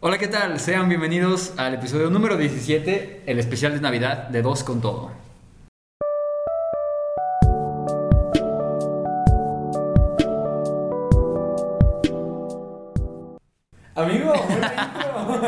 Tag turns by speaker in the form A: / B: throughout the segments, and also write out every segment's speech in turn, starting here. A: Hola, ¿qué tal? Sean bienvenidos al episodio número 17, el especial de Navidad de Dos con Todo.
B: Amigo, amigo.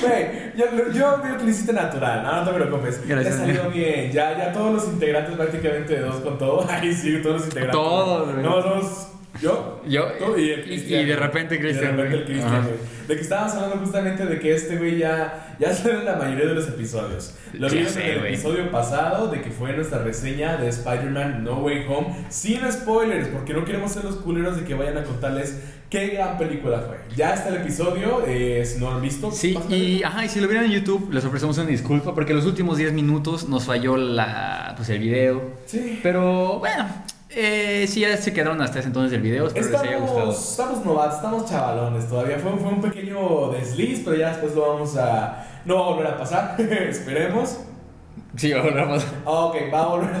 B: Güey, yo, yo veo que lo hiciste natural, no, no te preocupes.
A: Gracias,
B: Te salió
A: amigo.
B: bien. Ya, ya todos los integrantes prácticamente de dos con todo. Ay, sí, todos los integrantes.
A: Todos, güey.
B: No, dos. Yo,
A: Yo,
B: tú y el
A: y-
B: Cristian.
A: y de repente
B: Y
A: Cristian,
B: De repente
A: güey.
B: el Cristian,
A: Ajá.
B: güey. De que estábamos hablando justamente de que este güey ya, ya sale en la mayoría de los episodios. Lo
A: Ya
B: vimos
A: sé,
B: en el
A: güey.
B: episodio pasado de que fue nuestra reseña de Spider-Man No Way Home sin spoilers, porque no queremos ser los culeros de que vayan a contarles qué gran película fue. Ya está el episodio, eh, si no lo han visto.
A: Sí,
B: pásenlo.
A: y, ajá, y si lo vieron en YouTube, les ofrecemos una disculpa porque los últimos 10 minutos nos falló la, pues, el video.
B: Sí.
A: Pero bueno, eh, sí, ya se quedaron hasta ese entonces el video. Espero les haya gustado.
B: Estamos, estamos novatos, estamos chavalones todavía. Fue, fue un pequeño desliz, pero ya después lo vamos a. No va a volver a pasar, esperemos.
A: Sí, ahora vamos.
B: Ah, ok, va a volver a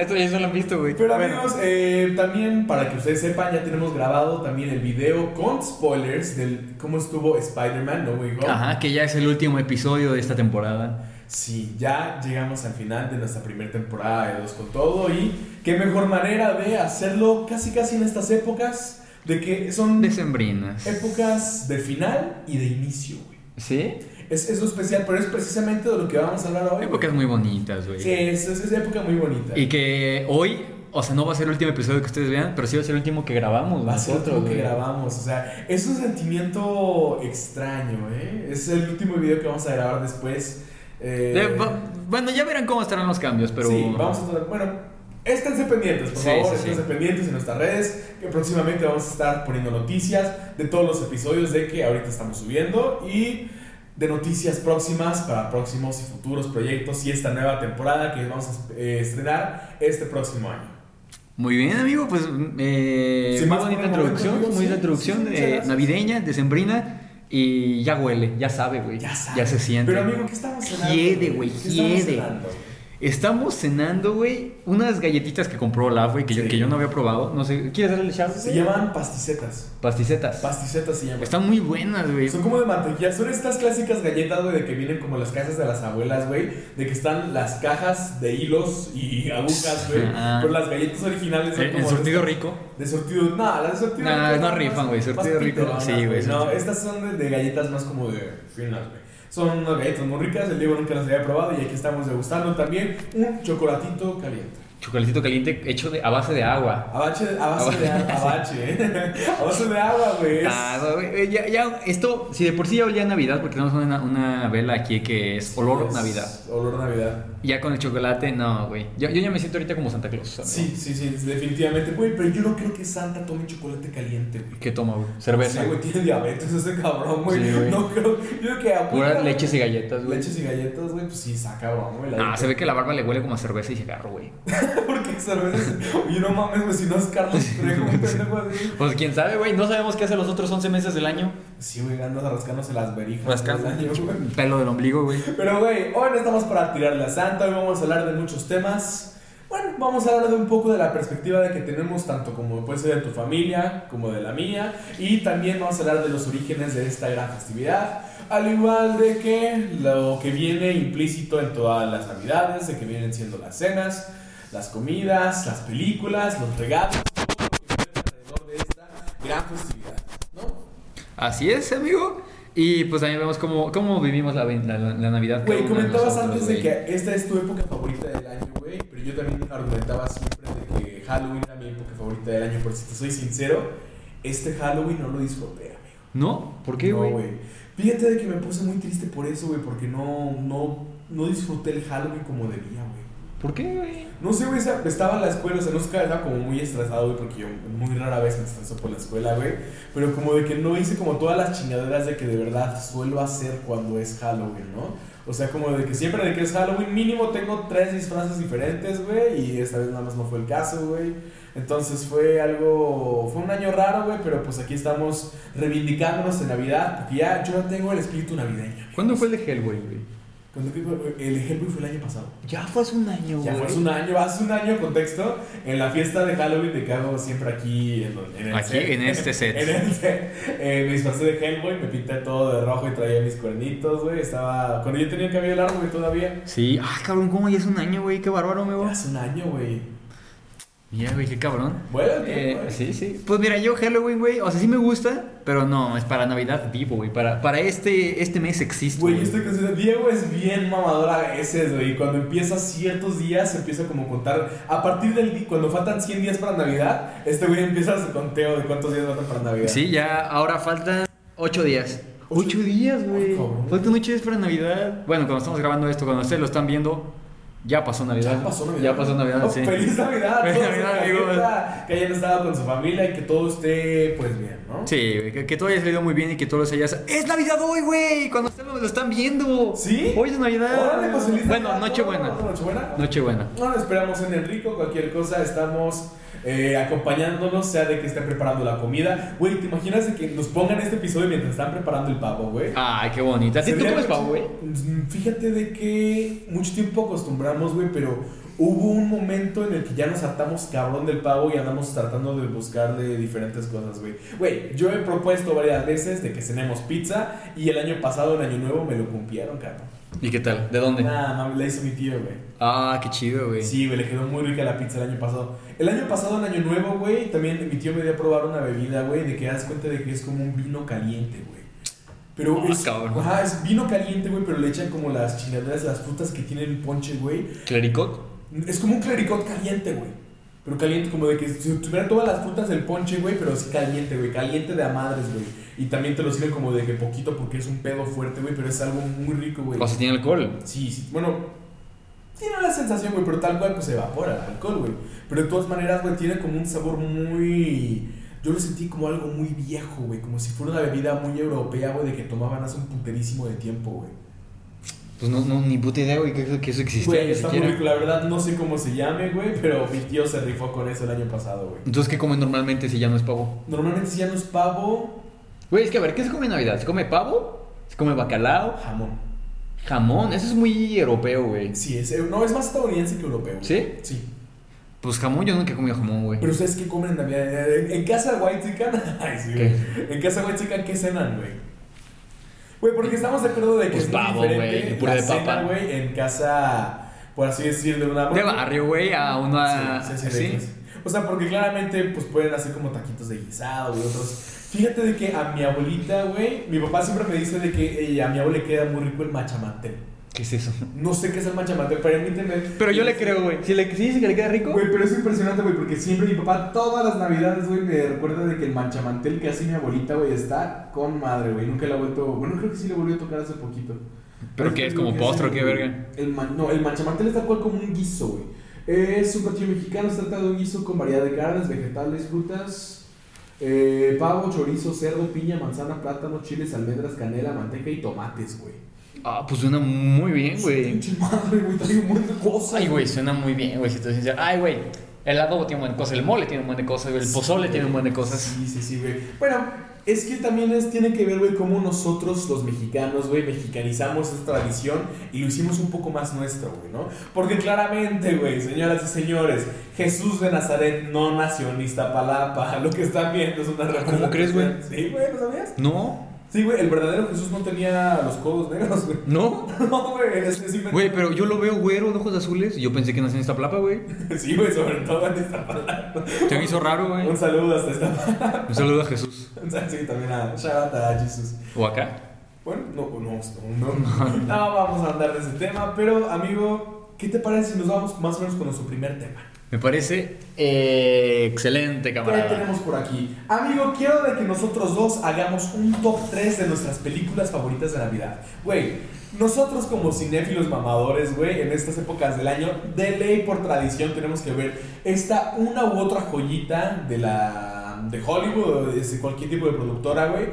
A: Esto ya se lo han visto, güey.
B: Pero
A: Bueno.
B: amigos, eh, también para que ustedes sepan, ya tenemos grabado también el video con spoilers del cómo estuvo Spider-Man No Way Home.
A: Ajá, que ya es el último episodio de esta temporada.
B: Sí, ya llegamos al final de nuestra primera temporada de Dos con Todo y qué mejor manera de hacerlo casi casi en estas épocas, de que son
A: Decembrinas.
B: épocas de final y de inicio, güey.
A: ¿Sí?
B: Es, es lo especial, pero es precisamente de lo que vamos a hablar hoy. güey.
A: Épocas muy bonitas, güey.
B: Sí, es, es, es época muy bonita.
A: Y que hoy, o sea, no va a ser el último episodio que ustedes vean, pero sí va a ser el último que grabamos.
B: Va a ser
A: nosotros,
B: otro que
A: güey.
B: grabamos, o sea, es un sentimiento extraño, ¿eh? Es el último video que vamos a grabar después. eh,
A: Eh, va- bueno, ya verán cómo estarán los cambios, pero.
B: Sí, vamos a tratar- Bueno, esténse pendientes, por
A: Sí,
B: favor,
A: sí, sí.
B: esténse pendientes en nuestras redes, que próximamente vamos a estar poniendo noticias de todos los episodios de que ahorita estamos subiendo y de noticias próximas para próximos y futuros proyectos y esta nueva temporada que vamos a eh, estrenar este próximo año.
A: Muy bien, amigo, pues eh,
B: Sin
A: muy bonita
B: más por el momento,
A: introducción,
B: amigo,
A: muy bonita
B: sí, sí,
A: introducción
B: muchas
A: eh,
B: gracias.
A: navideña, decembrina y ya huele, ya sabe, güey.
B: Ya sabes.
A: se siente.
B: Pero amigo, ¿qué estamos cenando?
A: Hiede, güey,
B: ¿Qué estamos
A: hiede.
B: cenando?
A: Estamos cenando, güey, unas galletitas que compró Olaf, güey, que, yo,
B: Sí.
A: que yo no había probado. No sé, ¿quieres darle el shout?
B: Se
A: güey?
B: llaman pasticetas.
A: Pasticetas.
B: Pasticetas se llaman.
A: Están muy buenas, güey.
B: Son como de mantequilla. Son estas clásicas galletas, güey, de que vienen como las casas de las abuelas, güey. De que están las cajas de hilos y agujas, güey.
A: Ah.
B: Pero las galletas originales son
A: Eh,
B: como.
A: en
B: de
A: surtido
B: estas-
A: rico.
B: De surtido. No, las de surtido
A: Nah,
B: rico
A: no
B: son
A: rifan,
B: más-
A: güey, surtido
B: más
A: rico,
B: piteronas,
A: sí, güey,
B: No,
A: surtido.
B: estas son de, de galletas más como de finas, güey. Son unas galletas muy ricas. El Diego nunca las había probado y aquí estamos degustando también un chocolatito caliente.
A: Chocolatito caliente hecho de, a base de agua.
B: Abache, a base de agua, abache, ¿eh? A base de agua, güey. es-
A: Ah, no, güey, eh, ya, ya, esto, si de por sí ya olía a Navidad, porque tenemos una, una vela aquí que es olor
B: es
A: Navidad.
B: Olor a Navidad.
A: Ya con el chocolate, no, güey. Yo, yo ya me siento ahorita como Santa Claus. amigo.
B: Sí, sí, sí, definitivamente, güey. Pero yo no creo que Santa tome chocolate caliente, güey.
A: ¿Qué toma, güey? Cerveza.
B: Sí, güey, tiene diabetes ese cabrón, güey.
A: Sí, güey.
B: No creo. Yo creo que a
A: Puras leches y galletas, güey.
B: Leches y galletas, güey, pues sí, está cabrón, güey.
A: Ah, se ve que la barba le huele como a cerveza y cigarro, güey.
B: Porque cerveza. Oye, no mames, güey, si no es Carlos Trejo, un pendejo así.
A: Pues quién sabe, güey. No sabemos qué hace los otros 11 meses del año.
B: Sí, güey, andas rascándose las verijas.
A: Rascarse.
B: del año, güey.
A: Pelo del ombligo, güey.
B: Pero, güey, hoy no estamos para tirarle a Santa, hoy vamos a hablar de muchos temas. Bueno, vamos a hablar de un poco de la perspectiva de que tenemos, tanto como puede ser de tu familia, como de la mía, y también vamos a hablar de los orígenes de esta gran festividad, al igual de que lo que viene implícito en todas las navidades, de que vienen siendo las cenas, las comidas, las películas, los regalos, todo lo que viene alrededor de esta gran festividad, ¿no?
A: Así es, amigo. Y pues también vemos cómo, cómo vivimos la, la, la Navidad.
B: Güey,
A: cada uno de
B: comentabas
A: nosotros,
B: antes de
A: güey.
B: que esta es tu época favorita del año, güey, pero yo también argumentaba siempre de que Halloween era mi época favorita del año, por si te soy sincero, este Halloween no lo disfruté, amigo.
A: ¿No? ¿Por qué,
B: No,
A: güey?
B: Fíjate de que me puse muy triste por eso, güey, porque no, no, no disfruté el Halloween como debía, güey.
A: ¿Por qué, güey?
B: No sé, güey, o sea, estaba en la escuela, o sea, no sé, estaba como muy estresado, güey, porque yo muy rara vez me estreso por la escuela, güey. Pero como de que no hice como todas las chingaderas de que de verdad suelo hacer cuando es Halloween, ¿no? O sea, como de que siempre de que es Halloween mínimo tengo tres disfraces diferentes, güey, y esta vez nada más no fue el caso, güey. Entonces fue algo, fue un año raro, güey, pero pues aquí estamos reivindicándonos en Navidad, porque ya yo no tengo el espíritu navideño.
A: ¿Cuándo fue el de Hellboy, güey?
B: ¿Cuándo qué fue? El ejemplo fue el año pasado.
A: Ya fue hace un año,
B: Ya fue hace un año, hace un año contexto, en la fiesta de Halloween de que hago siempre aquí en, en el
A: Aquí, en este set.
B: en el set. Eh, me disfrazé de Hellboy, me pinté todo de rojo y traía mis cuernitos, güey. Estaba. Cuando yo tenía el cabello largo, güey, todavía.
A: Sí. Ah, cabrón, ¿cómo ya es un año, güey? Qué bárbaro, me voy.
B: Hace un año, güey.
A: Mira, güey, qué cabrón.
B: Bueno,
A: Eh, sí, sí. Pues mira, yo Halloween, güey, o sea, sí me gusta, pero no, es para Navidad vivo, güey. Para, para este, este mes existe.
B: Güey,
A: güey.
B: esta canción de Diego es bien mamadora a veces, güey. Cuando empieza ciertos días, se empieza como a contar. A partir del día, cuando faltan 100 días para Navidad, este güey empieza su conteo de cuántos días faltan para Navidad.
A: Sí, ya ahora faltan ocho días.
B: Ocho
A: Ocho días, güey.
B: Ay, cabrón.
A: Faltan ocho días para Navidad. Bueno, cuando estamos grabando esto, cuando ustedes lo están viendo, ya pasó Navidad.
B: Ya pasó Navidad.
A: Ya pasó Navidad,
B: Oh,
A: sí.
B: Feliz Navidad. a
A: Feliz
B: todos en
A: Navidad,
B: la
A: amigos.
B: fiesta, Que hayan estado con su familia y que todo esté, pues bien, ¿no?
A: Sí, güey, que, que todo haya salido muy bien y que todo los haya... ¡Es Navidad hoy, güey! Cuando ustedes lo, lo están viendo.
B: ¿Sí?
A: Hoy es Navidad.
B: Órale, pues, feliz
A: bueno,
B: Navidad.
A: Nochebuena.
B: Nochebuena.
A: Nochebuena.
B: No nos esperamos en el rico, cualquier cosa, estamos eh, acompañándonos, sea de que estén preparando la comida. Güey, ¿te imaginas de que nos pongan este episodio mientras están preparando el pavo, güey?
A: Ay, qué bonita. ¿Sí, ¿Tú
B: Sería-
A: comes pavo, güey?
B: Mm, Fíjate de que mucho tiempo acostumbramos, güey, pero hubo un momento en el que ya nos hartamos cabrón del pavo y andamos tratando de buscarle diferentes cosas, güey. Güey, yo he propuesto varias veces de que cenemos pizza y el año pasado, en Año Nuevo, me lo cumplieron, cabrón.
A: ¿Y qué tal? ¿De dónde?
B: Nada, mami, la hizo mi tío, güey.
A: Ah, qué chido, güey.
B: Sí, güey, le quedó muy rica la pizza el año pasado. El año pasado, en Año Nuevo, güey, también mi tío me dio a probar una bebida, güey, de que das cuenta de que es como un vino caliente, güey. Pero
A: Ah,
B: es,
A: cabrón.
B: ajá, es vino caliente, güey, pero le echan como las chingaderas, las frutas que tienen el ponche, güey.
A: ¿Clericot?
B: Es como un clericot caliente, güey. Pero caliente, como de que si tuviera todas las frutas del ponche, güey, pero sí caliente, güey. Caliente de a madres, güey. Y también te lo sirven como de que poquito porque es un pedo fuerte, güey, pero es algo muy rico, güey.
A: O sea, tiene alcohol.
B: Sí, sí. Bueno, tiene la sensación, güey, pero tal cual pues se evapora el alcohol, güey. Pero de todas maneras, güey, tiene como un sabor muy... Yo lo sentí como algo muy viejo, güey. Como si fuera una bebida muy europea, güey, de que tomaban hace un puterísimo de tiempo, güey.
A: Pues no, no, ni puta idea, güey, que, que eso existe.
B: Güey,
A: ni
B: está muy
A: siquiera.
B: rico. La verdad, no sé cómo se llame, güey, pero mi tío se rifó con eso el año pasado, güey.
A: Entonces, ¿qué comen normalmente si ya no es pavo?
B: Normalmente si ya no es pavo,
A: Güey, es que a ver, ¿qué se come en Navidad? ¿Se come pavo? ¿Se come bacalao?
B: jamón.
A: Jamón. Eso es muy europeo, güey.
B: Sí, es, eh, no, es más estadounidense que europeo. güey.
A: ¿Sí?
B: Sí.
A: Pues jamón, yo nunca he comido jamón, güey.
B: Pero ustedes qué comen en Navidad? En, en casa de White Chicken. Ay, sí, güey. En casa de White Chicken, ¿qué cenan, güey? Güey, porque estamos de acuerdo de que
A: Pues
B: es muy
A: pavo,
B: diferente
A: güey, y puré
B: la
A: de
B: cena,
A: papa.
B: güey, en casa, por así decir, de una
A: De barrio, güey, a una.
B: Sí, sí, sí, de casa. O sea, porque claramente pues pueden hacer como taquitos de guisado y otros. Fíjate de que a mi abuelita, güey, mi papá siempre me dice de que eh, a mi abuela le queda muy rico el machamantel.
A: ¿Qué es eso?
B: No sé qué es el machamantel, permíteme.
A: Pero yo le creo, güey. Si le sí, sí que le queda rico.
B: Güey, pero es impresionante, güey, porque siempre mi papá, todas las navidades, güey, me recuerda de que el manchamantel que hace mi abuelita, güey, está con madre, güey. Nunca la ha vuelto. Bueno, creo que sí le volvió a tocar hace poquito.
A: ¿Pero qué es? ¿Como postre o qué, verga?
B: El man- no, el manchamantel es tal cual como un guiso, güey. Es un platillo mexicano, se trata de un guiso con variedad de carnes, vegetales, frutas, eh, pavo, chorizo, cerdo, piña, manzana, plátano, chiles, almendras, canela, manteca y tomates, güey.
A: Ah, pues suena muy bien, güey.
B: Pinche madre, güey, trae un montón de cosas.
A: Ay, güey, suena muy bien, güey, si te soy sincero. Ay, güey, el adobo tiene un buen de cosas, el mole tiene un buen de cosas, güey, el
B: Pues, Sí,
A: pozole
B: güey.
A: tiene un buen de cosas.
B: Sí, sí, sí, güey. Bueno, es que también es, tiene que ver, güey, cómo nosotros los mexicanos, güey, mexicanizamos esta tradición y lo hicimos un poco más nuestro, güey, ¿no? Porque claramente, güey, señoras y señores, Jesús de Nazaret no nació en Iztapalapa. Lo que están viendo es una representación.
A: crees, güey?
B: Sí, güey, ¿no sabías?
A: No,
B: Sí, güey, el verdadero Jesús no tenía los codos negros, güey.
A: no.
B: No, güey, es, es inventado.
A: Güey, pero yo lo veo güero de ojos azules y yo pensé que nací en esta plapa, güey.
B: Sí, güey, sobre todo en Iztapalapa.
A: Te me hizo raro, güey.
B: Un saludo hasta Iztapalapa.
A: Un saludo a Jesús.
B: Sí, también a... Shout out a Jesús.
A: ¿O acá?
B: Bueno, no, no, no, no, no vamos a andar de ese tema, pero amigo, ¿qué te parece si nos vamos más o menos con nuestro primer tema?
A: Me parece eh, excelente,
B: ¿Qué
A: camarada.
B: tenemos por aquí? Amigo, quiero de que nosotros dos hagamos un top 3 de nuestras películas favoritas de Navidad. Güey, nosotros como cinéfilos mamadores, güey, en estas épocas del año, de ley por tradición tenemos que ver esta una u otra joyita de la de Hollywood o de ese- cualquier tipo de productora, güey,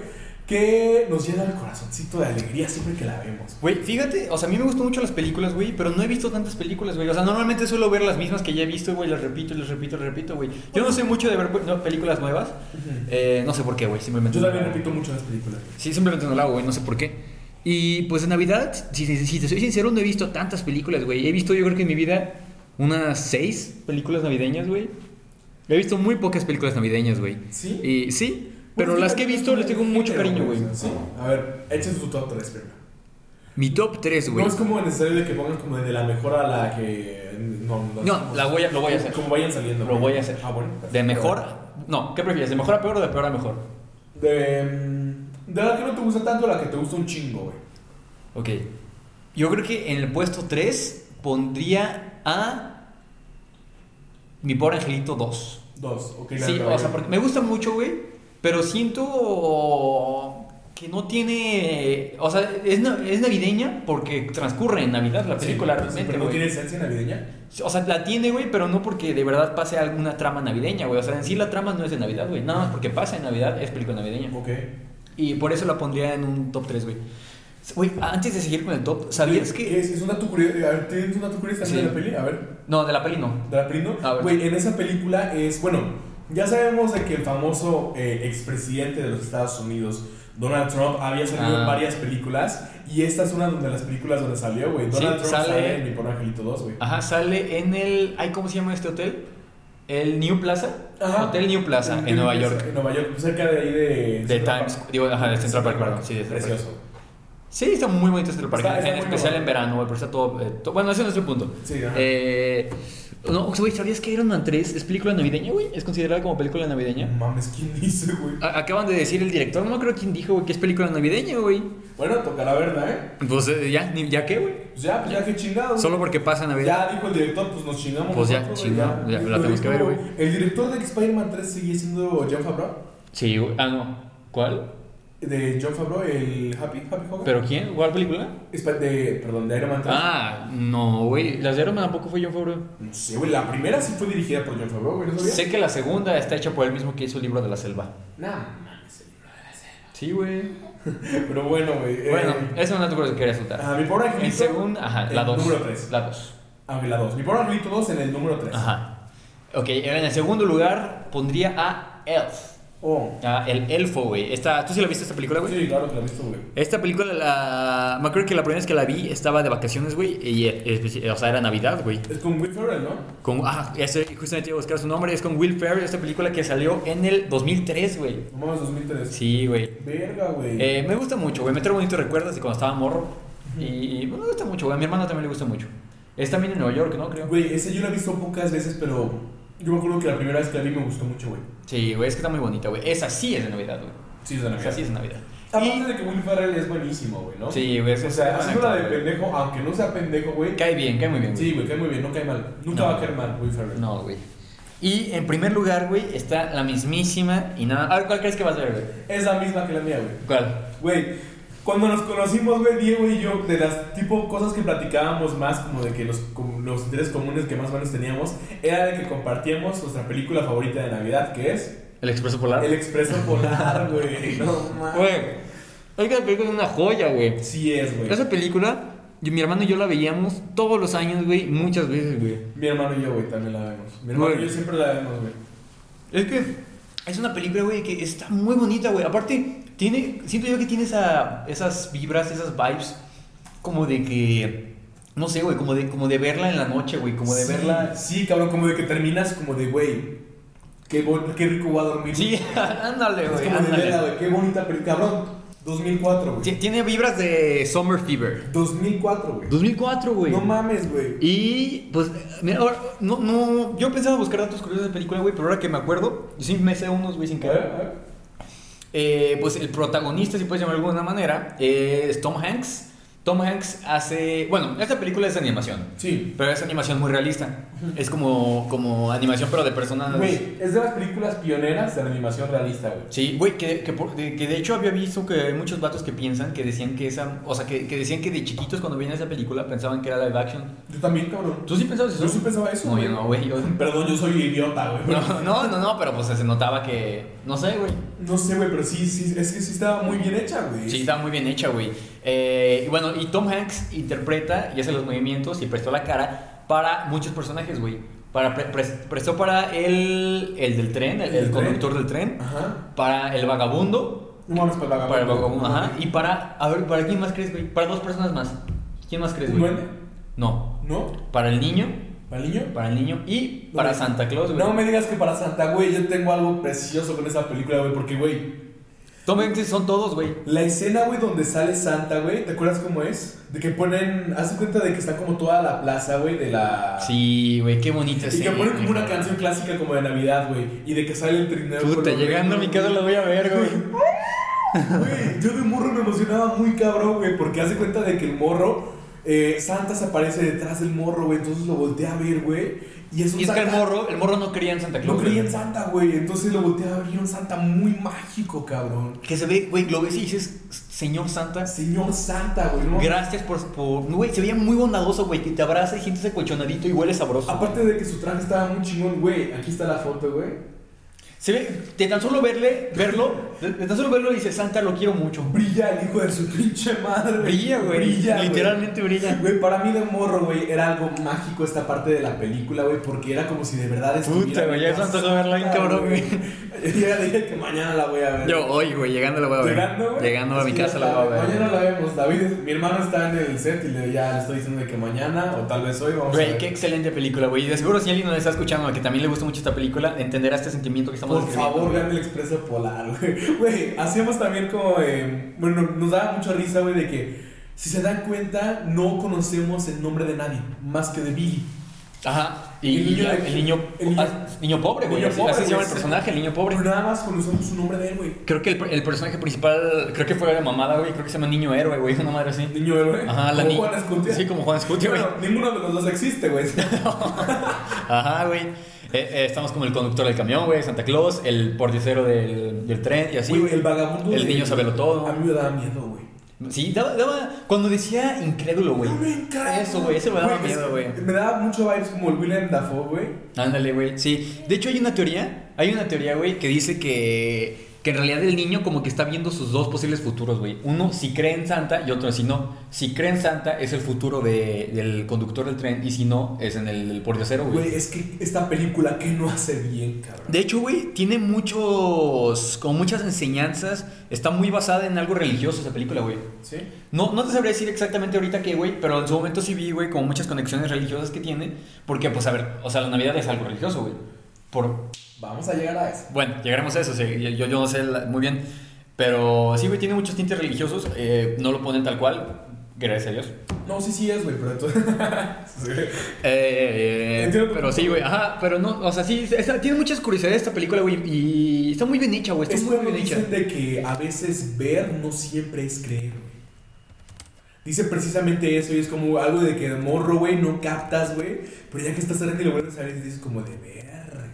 B: que nos llena el corazoncito de alegría siempre que la vemos.
A: Güey, fíjate, o sea, a mí me gustan mucho las películas, güey, pero no he visto tantas películas, güey. O sea, normalmente suelo ver las mismas que ya he visto, güey, las repito, las repito, las repito, güey. Yo no sé mucho de ver pues, no, películas nuevas. Eh, no sé por qué, güey, simplemente.
B: Yo
A: no.
B: también repito mucho las películas.
A: Sí, simplemente no la hago, güey, no sé por qué. Y pues en Navidad, si, si- si te soy sincero, no he visto tantas películas, güey. He visto, yo creo que en mi vida, unas seis películas navideñas, güey. He visto muy pocas películas navideñas, güey.
B: ¿Sí?
A: Y sí,
B: Pues
A: pero
B: fíjate,
A: las que he visto les tengo mucho
B: género,
A: cariño, güey.
B: Sí. A ver, echen su top 3 primero.
A: Mi top 3, güey.
B: No es como necesario de que pongan como de la mejor a la que. No, no,
A: No,
B: como-
A: la voy a- lo voy a hacer.
B: Como vayan saliendo.
A: Lo voy a hacer.
B: Ah, bueno.
A: De
B: perfecto.
A: mejor. a- No, ¿qué prefieres? ¿De mejor a peor o de peor a mejor?
B: De, mm, de la que no te gusta tanto a la que te gusta un chingo, güey.
A: Ok. Yo creo que en el puesto 3 pondría a. Mi pobre angelito 2.
B: Dos, ok. la
A: Sí,
B: de-
A: o sea, porque me gusta mucho, güey, pero siento que no tiene, o sea, es, na- es navideña porque transcurre en Navidad la
B: Sí,
A: película
B: sí,
A: realmente,
B: Pero no
A: güey.
B: tiene esencia navideña.
A: O sea, la tiene, güey, pero no porque de verdad pase alguna trama navideña, güey. O sea, en sí la trama no es de Navidad, güey. Nada más porque pasa en Navidad es película navideña.
B: Ok.
A: Y por eso la pondría en un top 3, güey. Güey, antes de seguir con el top, ¿sabías
B: ¿Qué
A: que...?
B: Es, eh, es un dato curioso. A ver, ¿tienes un dato curioso también
A: Sí.
B: de la peli? A ver.
A: No, de la peli no.
B: ¿De la peli no?
A: A ver.
B: Güey, en esa película es. Bueno, ya sabemos de que el famoso eh, expresidente de los Estados Unidos, Donald Trump, había salido
A: Ah.
B: en varias películas. Y esta es una de las películas donde salió, güey.
A: Sí,
B: Donald Trump
A: sale-
B: sale... en Mi Pobre Angelito 2, güey.
A: Ajá, sale en el... ay, ¿Cómo se llama este hotel? El New Plaza.
B: Ajá.
A: Hotel New Plaza, en
B: Tiene
A: Nueva
B: que-
A: York.
B: En Nueva York, cerca de ahí de.
A: De
B: Central
A: Times,
B: Park.
A: digo, ajá, de Central Park, perdón, sí, de Central Park.
B: Precioso.
A: Sí, está muy bonito este parque,
B: Está- está
A: en
B: muy
A: especial
B: bonito.
A: en verano, güey, pero está todo... eh, to- bueno, ese no es el punto.
B: Sí, ajá.
A: Eh, no, o sea, güey, ¿sabías que Iron Man 3 es película navideña, güey? ¿Es considerada como película navideña?
B: Mames, ¿quién dice, güey?
A: A- acaban de decir el director, no creo quién dijo, güey, que es película navideña, güey.
B: Bueno, tocará verla, ¿eh?
A: Pues eh, ya, ni- ¿ya qué, güey?
B: Pues ya, pues ya, qué chingados.
A: Solo porque pasa Navidad.
B: Ya dijo el director, pues nos chingamos.
A: Pues ya,
B: nosotros,
A: chingado, ya, la
B: Lo
A: tenemos que ver,
B: dijo-
A: güey.
B: El director de Spider-Man 3 sigue siendo John Favreau.
A: Sí, güey. Ah, no. ¿Cuál?
B: De John Favreau, el Happy, Happy Hogan.
A: ¿Pero quién? ¿Cuál película?
B: Espa- de, perdón, de Iron Man 3.
A: Ah, no, güey. Las de Iron Man tampoco fue John Favreau.
B: No sé, güey, la primera sí fue dirigida por John Favreau, güey, ¿no sabías?
A: Sé que la segunda está hecha por el mismo que hizo el libro de la selva.
B: Nah, mames, el libro de la selva.
A: Sí, güey.
B: Pero bueno, güey. eh,
A: Bueno, eso no te acuerdo que quería soltar.
B: ajá, mi pobre angelito.
A: El segundo, ajá, la
B: el
A: 2.
B: Número 3.
A: La 2.
B: Ah, güey, la 2. Mi pobre angelito 2 en el número 3.
A: Ajá. Ok, en el segundo lugar pondría a Elf.
B: Oh.
A: A el elfo, güey. Esta- ¿Tú sí la viste esta película, güey?
B: Sí, claro que la he visto, güey.
A: Esta película, la... me acuerdo que la primera vez que la vi estaba de vacaciones, güey. Y, eh, o sea, era Navidad, güey.
B: Es con Will Ferrell, ¿no?
A: Con, ah, ese, justamente iba a buscar su nombre. Es con Will Ferrell, esta película que salió en el 2003, güey.
B: No mames, 2003.
A: Sí, güey.
B: Verga, güey.
A: Eh, me gusta mucho, güey. Me trae bonitos recuerdos de cuando estaba morro. Y, y, bueno, me gusta mucho, güey. A mi hermana también le gusta mucho. Es también en Nueva York, ¿no? Creo.
B: Güey, ese yo la he visto pocas veces, pero yo me acuerdo que la primera vez que la vi me gustó mucho, güey.
A: Sí, güey. Es que está muy bonita, güey. Esa sí es de Navidad, güey.
B: Sí, es de
A: Esa
B: Navidad.
A: sí es de Navidad.
B: Aparte de que Will Ferrell es buenísimo, güey, ¿no?
A: Sí, güey. es-
B: O sea,
A: es-
B: haciendo la de pendejo, aunque no sea pendejo, güey.
A: Cae bien, cae muy bien, güey.
B: Sí, güey, cae muy bien, no cae mal. Nunca
A: No.
B: va a caer mal Will Ferrell.
A: No, güey. Y en primer lugar, güey, está la mismísima y nada. A ver, ¿cuál crees que va a ser, güey?
B: Es la misma que la mía, güey.
A: ¿Cuál?
B: Güey, cuando nos conocimos, güey, Diego y yo, de las tipo cosas que platicábamos más, como de que los, como los intereses comunes que más o menos teníamos, era de que compartíamos nuestra película favorita de Navidad, que es
A: ¿El expreso polar?
B: El Expreso Polar, güey. No mames.
A: Güey. Es que la película es una joya, güey.
B: Sí es, güey.
A: Esa película, yo- mi hermano y yo la veíamos todos los años, güey, muchas veces, güey.
B: Mi hermano y yo, güey, también la vemos. Mi hermano
A: Güey.
B: y yo siempre la vemos, güey.
A: Es que es una película, güey, que está muy bonita, güey. Aparte, tiene, siento yo que tiene esa, esas vibras, esas vibes, como de que, no sé, güey, como de, como de verla en la noche, güey, como de
B: Sí,
A: verla...
B: Sí, cabrón, como de que terminas como de, güey, qué, bon- qué rico voy a dormir.
A: Sí, ándale,
B: es
A: güey.
B: como de
A: ándale.
B: verga, güey, qué bonita película. Cabrón, 2004, güey.
A: Ti- Tiene vibras de Summer Fever.
B: 2004, güey.
A: 2004, güey.
B: No mames, güey.
A: Y pues, mira, ahora, no, no, yo pensaba buscar datos curiosos de película, güey, pero ahora que me acuerdo, sí me sé unos, güey, sin
B: A ver,
A: querer.
B: a ver.
A: Eh, pues el protagonista, si puedes llamarlo de alguna manera, es Tom Hanks. Tom Hanks hace, bueno, esta película es de animación,
B: Sí.
A: pero es animación muy realista. Es como, como animación, pero de personas...
B: Güey, es de las películas pioneras de la animación realista, güey.
A: Sí, güey, que, que, por- de, que de hecho había visto que hay muchos vatos que piensan que decían que esa, o sea, que, que decían que de chiquitos cuando veían esa película pensaban que era live action.
B: Yo también, cabrón.
A: ¿Tú sí pensabas eso?
B: Yo sí pensaba eso,
A: No,
B: güey.
A: yo no, güey. yo-
B: Perdón, yo soy idiota, güey.
A: No, no, no, no, pero pues se notaba que. No sé, güey.
B: No sé, güey, pero sí, sí, es que sí estaba muy bien hecha, güey.
A: Sí, está muy bien hecha, güey. Eh, y bueno, y Tom Hanks interpreta y hace los movimientos y prestó la cara para muchos personajes, güey. Para, pre- pres- prestó para el, el del tren, el,
B: ¿El
A: el
B: del tren?
A: conductor del tren,
B: Ajá.
A: para el vagabundo,
B: No mames, pues, para el vagabundo.
A: Para el vagabundo,
B: No
A: ajá.
B: mames.
A: Y para, a ver, ¿para quién más crees, güey? Para dos personas más. ¿Quién más crees,
B: ¿Un
A: güey?
B: duende?
A: No.
B: ¿No?
A: Para el niño,
B: ¿Para el niño?
A: para el niño y para
B: No,
A: Santa Claus, güey.
B: No me digas que para Santa, güey, yo tengo algo precioso con esa película, güey, porque, güey,
A: Tomen que son todos, güey.
B: la escena, güey, donde sale Santa, güey, ¿te acuerdas cómo es? De que ponen, haz de cuenta de que está como toda la plaza, güey, de la...
A: Sí, güey, qué bonita
B: Y que ponen como una canción clásica como de Navidad, güey, y de que sale el trineo. con
A: Puta,
B: los
A: llegando a mi
B: reyes,
A: casa lo voy a ver, güey.
B: Güey, yo de morro me emocionaba muy cabrón, güey, porque hace cuenta de que el morro, eh, Santa se aparece detrás del morro, güey, entonces lo volteé a ver, güey, y es un
A: Y es que el
B: Santa-
A: morro, el morro no creía en Santa Claus.
B: No creía en
A: güey.
B: Santa, güey, entonces lo volteé a ver y era un Santa muy mágico, cabrón.
A: Que se ve, güey, lo ves y dices, señor Santa,
B: Señor Santa, güey, ¿no?
A: gracias por, por... Güey, se veía muy bondadoso, güey, que te abraza y sientes acolchonadito y huele sabroso.
B: Aparte de que su traje estaba muy chingón, güey, aquí está la foto, güey.
A: Se ve, de tan solo verle, verlo, de de tan solo verlo dice, Santa, lo quiero mucho.
B: Brilla el hijo de su pinche madre.
A: Brilla, güey.
B: Brilla, güey.
A: Literalmente brilla.
B: Güey, para mí de morro, güey, era algo mágico esta parte de la película, güey, porque era como si de verdad estuviera...
A: Puta, güey, ya se antojó verla bien, cabrón, güey.
B: Yo ya le dije que mañana la voy a ver.
A: Yo hoy, güey, llegando la voy a ver.
B: Llegando, güey.
A: Llegando a
B: es
A: mi
B: que ya
A: casa la
B: está,
A: voy a ver.
B: Mañana la vemos. David, es- mi hermano está en el set y le, ya le estoy diciendo de que mañana o tal vez hoy vamos a
A: Güey,
B: ver.
A: qué excelente película, güey. Y de seguro si alguien nos está escuchando que también le gusta mucho esta película, entenderá este sentimiento que estamos
B: Por
A: describiendo,
B: favor,
A: güey.
B: vean el expreso polar, güey. Güey, hacíamos también como. eh, bueno, nos daba mucha risa, güey, de que si se dan cuenta, no conocemos el nombre de nadie más que de Billy.
A: Ajá. Y
B: El
A: el
B: niño
A: niño,
B: de-
A: el niño,
B: el niño-
A: ah, niño pobre, güey.
B: niño
A: Así,
B: pobre,
A: así se
B: güey,
A: llama el
B: sí.
A: personaje, el niño
B: Pero
A: pobre.
B: nada más conocemos su nombre de él, güey.
A: Creo que el, el personaje principal, creo que fue la mamada, güey. Creo que se llama niño héroe, güey. Una madre así.
B: Niño héroe.
A: Ajá, la
B: Como
A: ni-
B: Juan Escutia.
A: Sí, como Juan Escutia, güey.
B: Bueno, ninguno de los dos existe, güey.
A: Ajá, güey. Eh, eh, estamos como el conductor del camión, güey, Santa Claus, el porticero del, del tren y así.
B: Güey, el vagabundo.
A: El
B: de-
A: niño sabelo todo.
B: A mí me daba miedo, güey.
A: Sí, daba, daba. Cuando decía incrédulo, güey.
B: No me encanta.
A: Eso, güey, eso me daba
B: Güey, es-
A: miedo, güey.
B: Me daba mucho vibes como el William Dafoe, güey.
A: Ándale, güey. Sí. De hecho, hay una teoría. Hay una teoría, güey, que dice que. Que en realidad el niño como que está viendo sus dos posibles futuros, güey. Uno si cree en Santa y otro si no. Si cree en Santa es el futuro de- del conductor del tren y si no es en el, del pordiacero, güey.
B: Güey, es que esta película que no hace bien, cabrón.
A: De hecho, güey, tiene muchos. con muchas enseñanzas. Está muy basada en algo religioso esa película, güey.
B: ¿Sí?
A: No, no te sabría decir exactamente ahorita qué, güey, pero en su momento sí vi, güey, como muchas conexiones religiosas que tiene. Porque, pues, a ver, o sea, la Navidad es algo religioso, güey. Por.
B: Vamos a llegar a eso.
A: Bueno, llegaremos a eso, sí, yo, yo no sé la- muy bien. Pero sí, güey, tiene muchos tintes religiosos. eh, no lo ponen tal cual, gracias a Dios.
B: No, sí, sí es, güey, pero entonces. Sí.
A: Eh,
B: Entiendo tu
A: pero sí, güey, ajá, pero no, o sea, sí, está- tiene muchas curiosidades esta película, güey, y está muy bien hecha, güey, está
B: Es
A: muy
B: cuando
A: bien hecha.
B: dicen de que a veces ver no siempre es creer, güey. Dice precisamente eso y es como algo de que de morro, güey, no captas, güey. Pero ya que estás grande y lo vuelves a ver, dices como de verga, güey.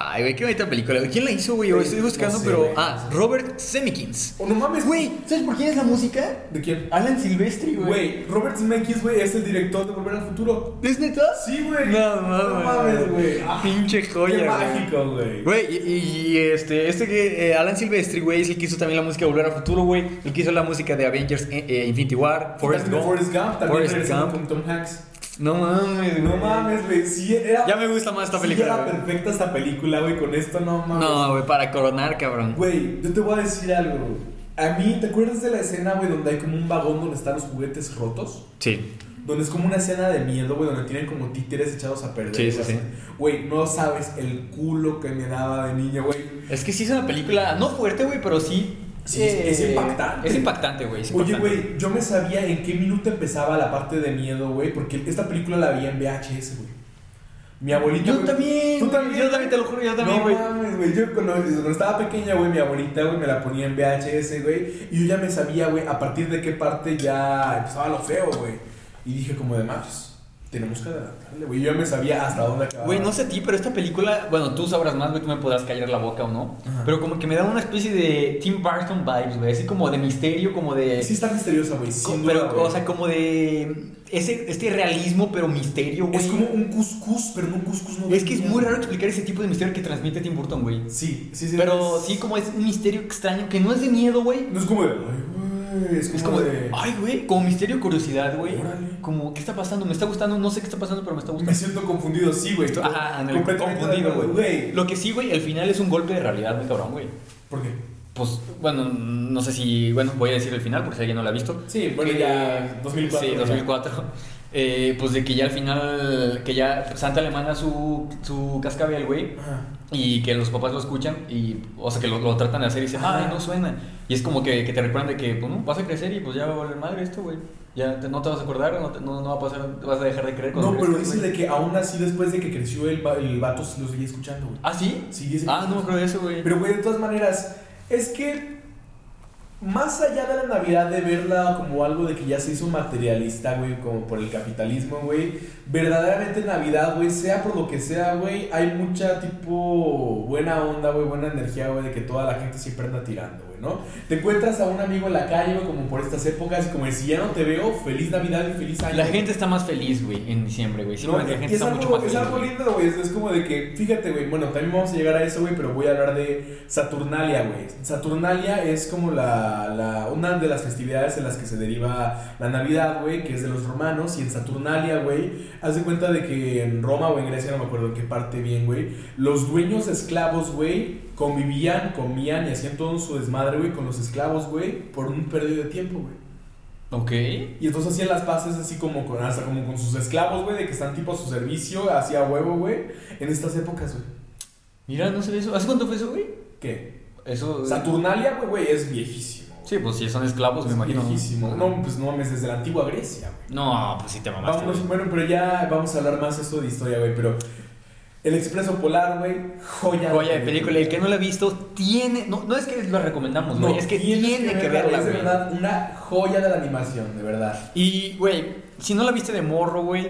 A: Ay, güey, qué bonita película. güey. ¿Quién la hizo, güey? Yo Estoy buscando,
B: No sé,
A: pero.
B: güey.
A: Ah, Robert Semikins.
B: O no mames,
A: Güey, ¿sabes por quién es la música?
B: ¿De quién?
A: Alan Silvestri,
B: Güey, Robert Zemeckis, güey, es el director de Volver al Futuro.
A: ¿Es neta?
B: Sí, güey.
A: No
B: No
A: mames.
B: mames, güey. Ah,
A: Pinche joya, güey.
B: Qué mágico, güey.
A: Güey, y, y- y, este, este que eh, Alan Silvestri, güey, es el que hizo también la música de Volver al Futuro, güey. El que hizo la música de Avengers eh, eh, Infinity War, Forrest
B: También de
A: Gump.
B: Forrest Gump, también
A: Forrest
B: regresando
A: Gump.
B: con Tom Hanks.
A: No mames, güey.
B: No mames, güey. Sí, era.
A: Ya me gusta más esta película.
B: Sí, era
A: güey.
B: perfecta esta película, güey. Con esto no mames.
A: No, güey, para coronar, cabrón.
B: Güey, yo te voy a decir algo. güey. A mí, ¿te acuerdas de la escena, güey, donde hay como un vagón donde están los juguetes rotos?
A: Sí.
B: Donde es como una escena de miedo, güey, donde tienen como títeres echados a perder.
A: Sí, sí,
B: güey,
A: sí.
B: así. Güey, no sabes el culo que me daba de niño, güey.
A: Es que sí es una película, no fuerte, güey, pero sí. eh,
B: Sí, es- es impactante.
A: Es impactante, güey. es
B: Oye,
A: impactante.
B: güey, yo me sabía en qué minuto empezaba la parte de miedo, güey, porque esta película la vi en VHS, güey. Mi abuelita.
A: Yo
B: güey-
A: también.
B: Tú también.
A: Yo también, te lo juro, yo también,
B: no
A: güey.
B: mames, güey. Yo cuando, cuando estaba pequeña, güey, mi abuelita, güey, me la ponía en VHS, güey. Y yo ya me sabía, güey, a partir de qué parte ya empezaba lo feo, güey. Y dije, como de más, tenemos que adelantarle, güey. Yo ya me sabía hasta dónde acababa.
A: Güey, no sé a ti, pero esta película, bueno, tú sabrás más, güey, tú me podrás callar la boca o no.
B: Ajá.
A: Pero como que me da una especie de Tim Burton vibes, güey, así como de misterio, como de.
B: Sí, está misteriosa, güey.
A: co-
B: Sin
A: pero,
B: duda, güey.
A: o sea, como de. Ese, este realismo, pero misterio, güey.
B: es como un cuscús, pero no un cuscús no
A: Es que es
B: tenía,
A: muy
B: güey.
A: raro explicar ese tipo de misterio que transmite Tim Burton, güey.
B: Sí, sí, sí.
A: Pero
B: es-
A: sí, como es un misterio extraño que no es de miedo, güey.
B: No es como de. Ay, güey. Es como,
A: Es como
B: de.
A: de, ay, güey, como misterio, curiosidad, güey.
B: Órale.
A: Como, ¿qué está pasando? Me está gustando, no sé qué está pasando, pero me está
B: Me
A: gustando.
B: siento confundido, sí, güey.
A: Ajá, Ah, ándale,
B: Completamente
A: confundido,
B: de acuerdo,
A: güey. Lo que sí, güey, el final es un golpe de realidad, muy cabrón, güey.
B: ¿Por qué?
A: pues, bueno, no sé si, bueno, voy a decir el final porque si alguien no la ha visto.
B: Sí, bueno,
A: Que-
B: ya 2004.
A: Sí,
B: ya.
A: 2004. Eh, pues de que ya al final, que ya Santa le manda su, su cascabel, güey,
B: Ajá.
A: y que los papás lo escuchan, y, o sea, que lo, lo tratan de hacer y dicen,
B: Ajá.
A: ay, no suena. Y es como que, que te recuerdan de que, pues, no, vas a crecer y pues ya va a valer madre esto, güey. Ya te- no te vas a acordar, no, te- no, no va a pasar, vas a dejar de creer. cuando
B: No, pero
A: crezcas,
B: dice
A: güey".
B: de que aún así después de que creció el, va- el vato sí lo seguía escuchando, güey.
A: ¿Ah, sí?
B: Sí, dice-
A: Ah, no me acuerdo de eso, güey.
B: Pero, güey, de todas maneras, es que más allá de la Navidad, de verla como algo de que ya se hizo materialista, güey, como por el capitalismo, güey, verdaderamente Navidad, güey, sea por lo que sea, güey, hay mucha tipo buena onda, güey, buena energía, güey, de que toda la gente siempre anda tirando, güey, ¿no? Te encuentras a un amigo en la calle, güey, como por estas épocas, y como de, si ya no te veo, feliz Navidad y feliz año.
A: La gente está más feliz, güey, en diciembre, güey. Sí,
B: No,
A: la gente
B: y es,
A: está mucho
B: algo,
A: más
B: es
A: feliz.
B: algo
A: güey.
B: lindo, güey. Es, es como de que, fíjate, güey. Bueno, también vamos a llegar a eso, güey, pero voy a hablar de Saturnalia, güey. Saturnalia es como la, la- una de las festividades en las que se deriva la Navidad, güey, que es de los romanos. Y en Saturnalia, güey, haz de cuenta de que en Roma o en Grecia, no me acuerdo en qué parte bien, güey, los dueños de esclavos, güey, convivían, comían y hacían todo su desmadre, güey, con los esclavos, güey, por un periodo de tiempo, güey.
A: Ok.
B: Y entonces hacían las paces así como con, hasta como con sus esclavos, güey, de que están tipo a su servicio, hacia huevo, güey, en estas épocas, güey.
A: Mira, no sé de eso. ¿Hace cuánto fue eso, güey?
B: ¿Qué?
A: Eso. eh,
B: Saturnalia, güey, güey, es viejísimo. güey.
A: Pues, Sí, pues si son esclavos, me
B: es
A: imagino.
B: viejísimo. No, pues no mames, desde la antigua Grecia, güey.
A: No, pues sí te mamaste.
B: Vamos,
A: güey.
B: bueno, pero ya vamos a hablar más esto de historia, güey, pero el expreso polar, güey, joya.
A: Joya de película, el que no la ha visto tiene. No, no es que la recomendamos, güey. es que
B: tienes
A: tiene que,
B: verla,
A: verla,
B: Es de
A: güey.
B: verdad una joya de la animación, de verdad.
A: Y, güey, si no la viste de morro, güey.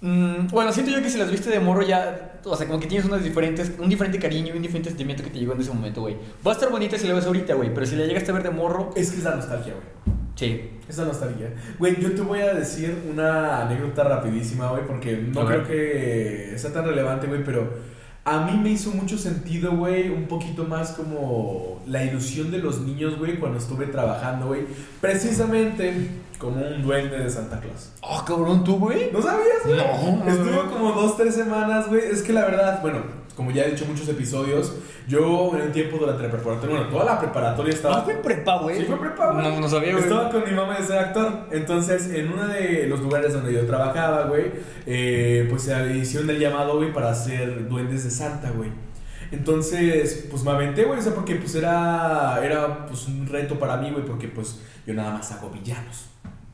A: mm, bueno, siento yo que si las viste de morro ya. O sea, como que tienes unas diferentes, un diferente cariño y un diferente sentimiento que te llegó en ese momento, güey. Va a estar bonita si la ves ahorita, güey. Pero si la llegaste a ver de morro.
B: Es que es la nostalgia, güey.
A: Sí.
B: Esa nostalgia. Güey, yo te voy a decir una anécdota rapidísima, güey, porque no
A: A
B: creo
A: ver.
B: que sea tan relevante, güey, pero a mí me hizo mucho sentido, güey, un poquito más como la ilusión de los niños, güey, cuando estuve trabajando, güey, precisamente como un duende de Santa Claus.
A: Oh, cabrón, tú, güey.
B: ¿No sabías? güey?
A: No.
B: Estuvo como dos, tres semanas, güey. Es que la verdad, bueno, como ya he dicho en muchos episodios, yo en un tiempo durante la preparatoria, bueno, toda la preparatoria estaba...
A: No fue prepa, güey.
B: Sí, fue prepa, güey.
A: No, no sabía, güey.
B: Estaba con mi mamá de ser actor. Entonces, en uno de los lugares donde yo trabajaba, güey, eh, pues se hicieron el llamado, güey, para hacer duendes de Santa, güey. Entonces, pues me aventé, güey, o sea, porque pues era, era pues un reto para mí, güey, porque pues yo nada más hago villanos.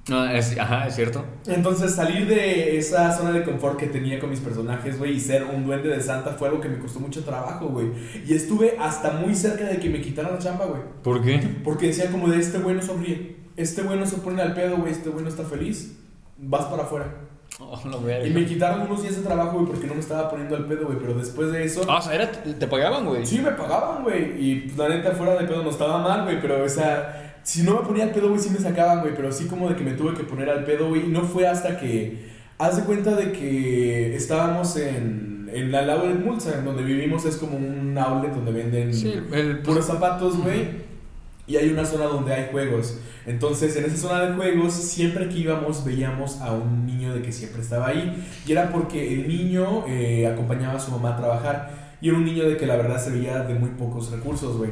A: No, es, ajá, es cierto.
B: Entonces, salir de esa zona de confort que tenía con mis personajes, güey, y ser un duende de Santa fue algo que me costó mucho trabajo, güey. Y estuve hasta muy cerca de que me quitaran la chamba, güey.
A: ¿Por qué?
B: Porque decía como de este güey no sonríe, este güey no se pone al pedo, güey, este güey no está feliz, vas para afuera.
A: Oh, no, verga.
B: Y me quitaron unos días de trabajo, güey, porque no me estaba poniendo al pedo, güey, pero después de eso...
A: Ah, o sea, era, te pagaban, güey.
B: Sí, me pagaban, güey, y pues, la neta fuera de pedo no estaba mal, güey, pero o sea, si no me ponía al pedo, güey, sí me sacaban, güey, pero sí como de que me tuve que poner al pedo, güey, y no fue hasta que... Haz de cuenta de que estábamos en, en la Laura Mulsa, en donde vivimos, es como un outlet donde venden
A: Sí, el
B: puros zapatos, güey. Y hay una zona donde hay juegos. Entonces, en esa zona de juegos, siempre que íbamos, veíamos a un niño de que siempre estaba ahí. Y era porque el niño eh, acompañaba a su mamá a trabajar. Y era un niño de que la verdad se veía de muy pocos recursos, güey.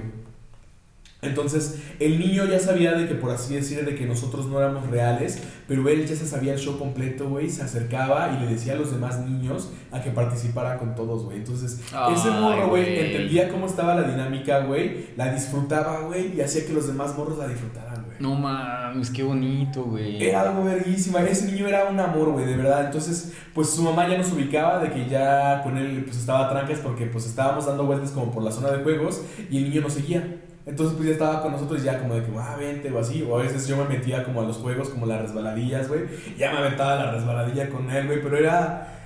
B: Entonces, el niño ya sabía de que, por así decir, de que nosotros no éramos reales, pero él ya se sabía el show completo, güey, se acercaba y le decía a los demás niños a que participaran con todos, güey. Entonces, ese
A: Ay,
B: morro, güey,
A: güey.
B: entendía cómo estaba la dinámica, güey, la disfrutaba, güey, y hacía que los demás morros la disfrutaran, güey.
A: No mames, qué bonito, güey.
B: Era algo verguísima, ese niño era un amor, güey, de verdad. Entonces, pues su mamá ya nos ubicaba de que ya con él pues estaba trancas porque pues estábamos dando vueltas como por la zona de juegos y el niño nos seguía. Entonces pues ya estaba con nosotros ya como de que, ah, vente o así. O a veces yo me metía como a los juegos, como las resbaladillas, güey. Ya me aventaba la resbaladilla con él, güey, pero era...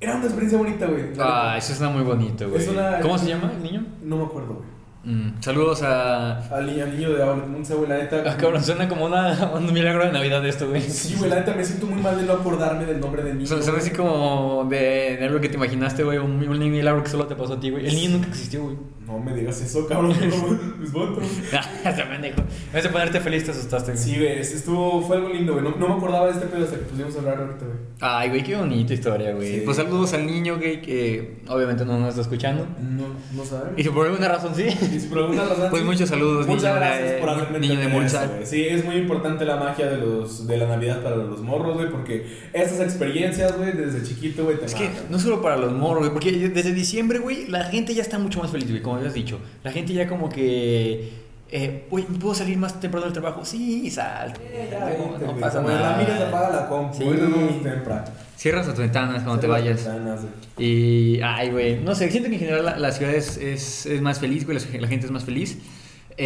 B: Era una experiencia bonita, güey.
A: Ah, eso está muy bonito, güey.
B: Es una-
A: ¿Cómo se llama el niño?
B: No me acuerdo, güey.
A: Mm, saludos a.
B: Al, ni- al niño de ahora, un güey, la
A: Ah,
B: neta...
A: cabrón, suena como una, un milagro de Navidad esto, güey.
B: Sí, güey, la neta me siento muy mal de no acordarme del nombre del niño.
A: Su- Suena
B: güey.
A: así como de, de algo que te imaginaste, güey. Un, un milagro que solo te pasó a ti, güey. El niño nunca existió, güey.
B: No, No me digas eso, cabrón. no, Mis votos.
A: Se manejo. En vez de ponerte feliz, te asustaste. güey.
B: Sí, güey, es- estuvo, fue algo lindo, güey. No, no me acordaba de este pedo hasta que pusimos a hablar ahorita, güey.
A: Ay, güey, qué bonita historia, güey.
B: Sí.
A: Pues saludos al niño, güey, que obviamente no nos está escuchando.
B: No, no sabemos.
A: Y si por alguna razón sí.
B: Y si por alguna razón-
A: Pues muchos saludos,
B: Muchas
A: niño
B: gracias
A: de-
B: por hacerme
A: niño de
B: entender
A: Mulsa.
B: eso, güey. Sí, es muy importante la magia de los de la Navidad para los morros, güey, porque esas experiencias, güey, desde chiquito, güey, te
A: Es que
B: marcan.
A: no solo para los morros, güey, porque desde diciembre, güey, la gente ya está mucho más feliz, güey, como habías dicho. La gente ya como que. Eh, güey, ¿puedo salir más temprano del trabajo? Sí, sal.
B: Eh, ya,
A: no,
B: vente,
A: no
B: güey.
A: pasa
B: Como en La mira se
A: nada.
B: apaga la compu,
A: Sí.
B: güey, nos vemos temprano.
A: Cierras a tus ventanas cuando te
B: Cerrar
A: vayas.
B: ventanas, güey.
A: Y, ay, güey, no sé, siento que en general la, la ciudad es, es, es más feliz, güey, la, la gente es más feliz.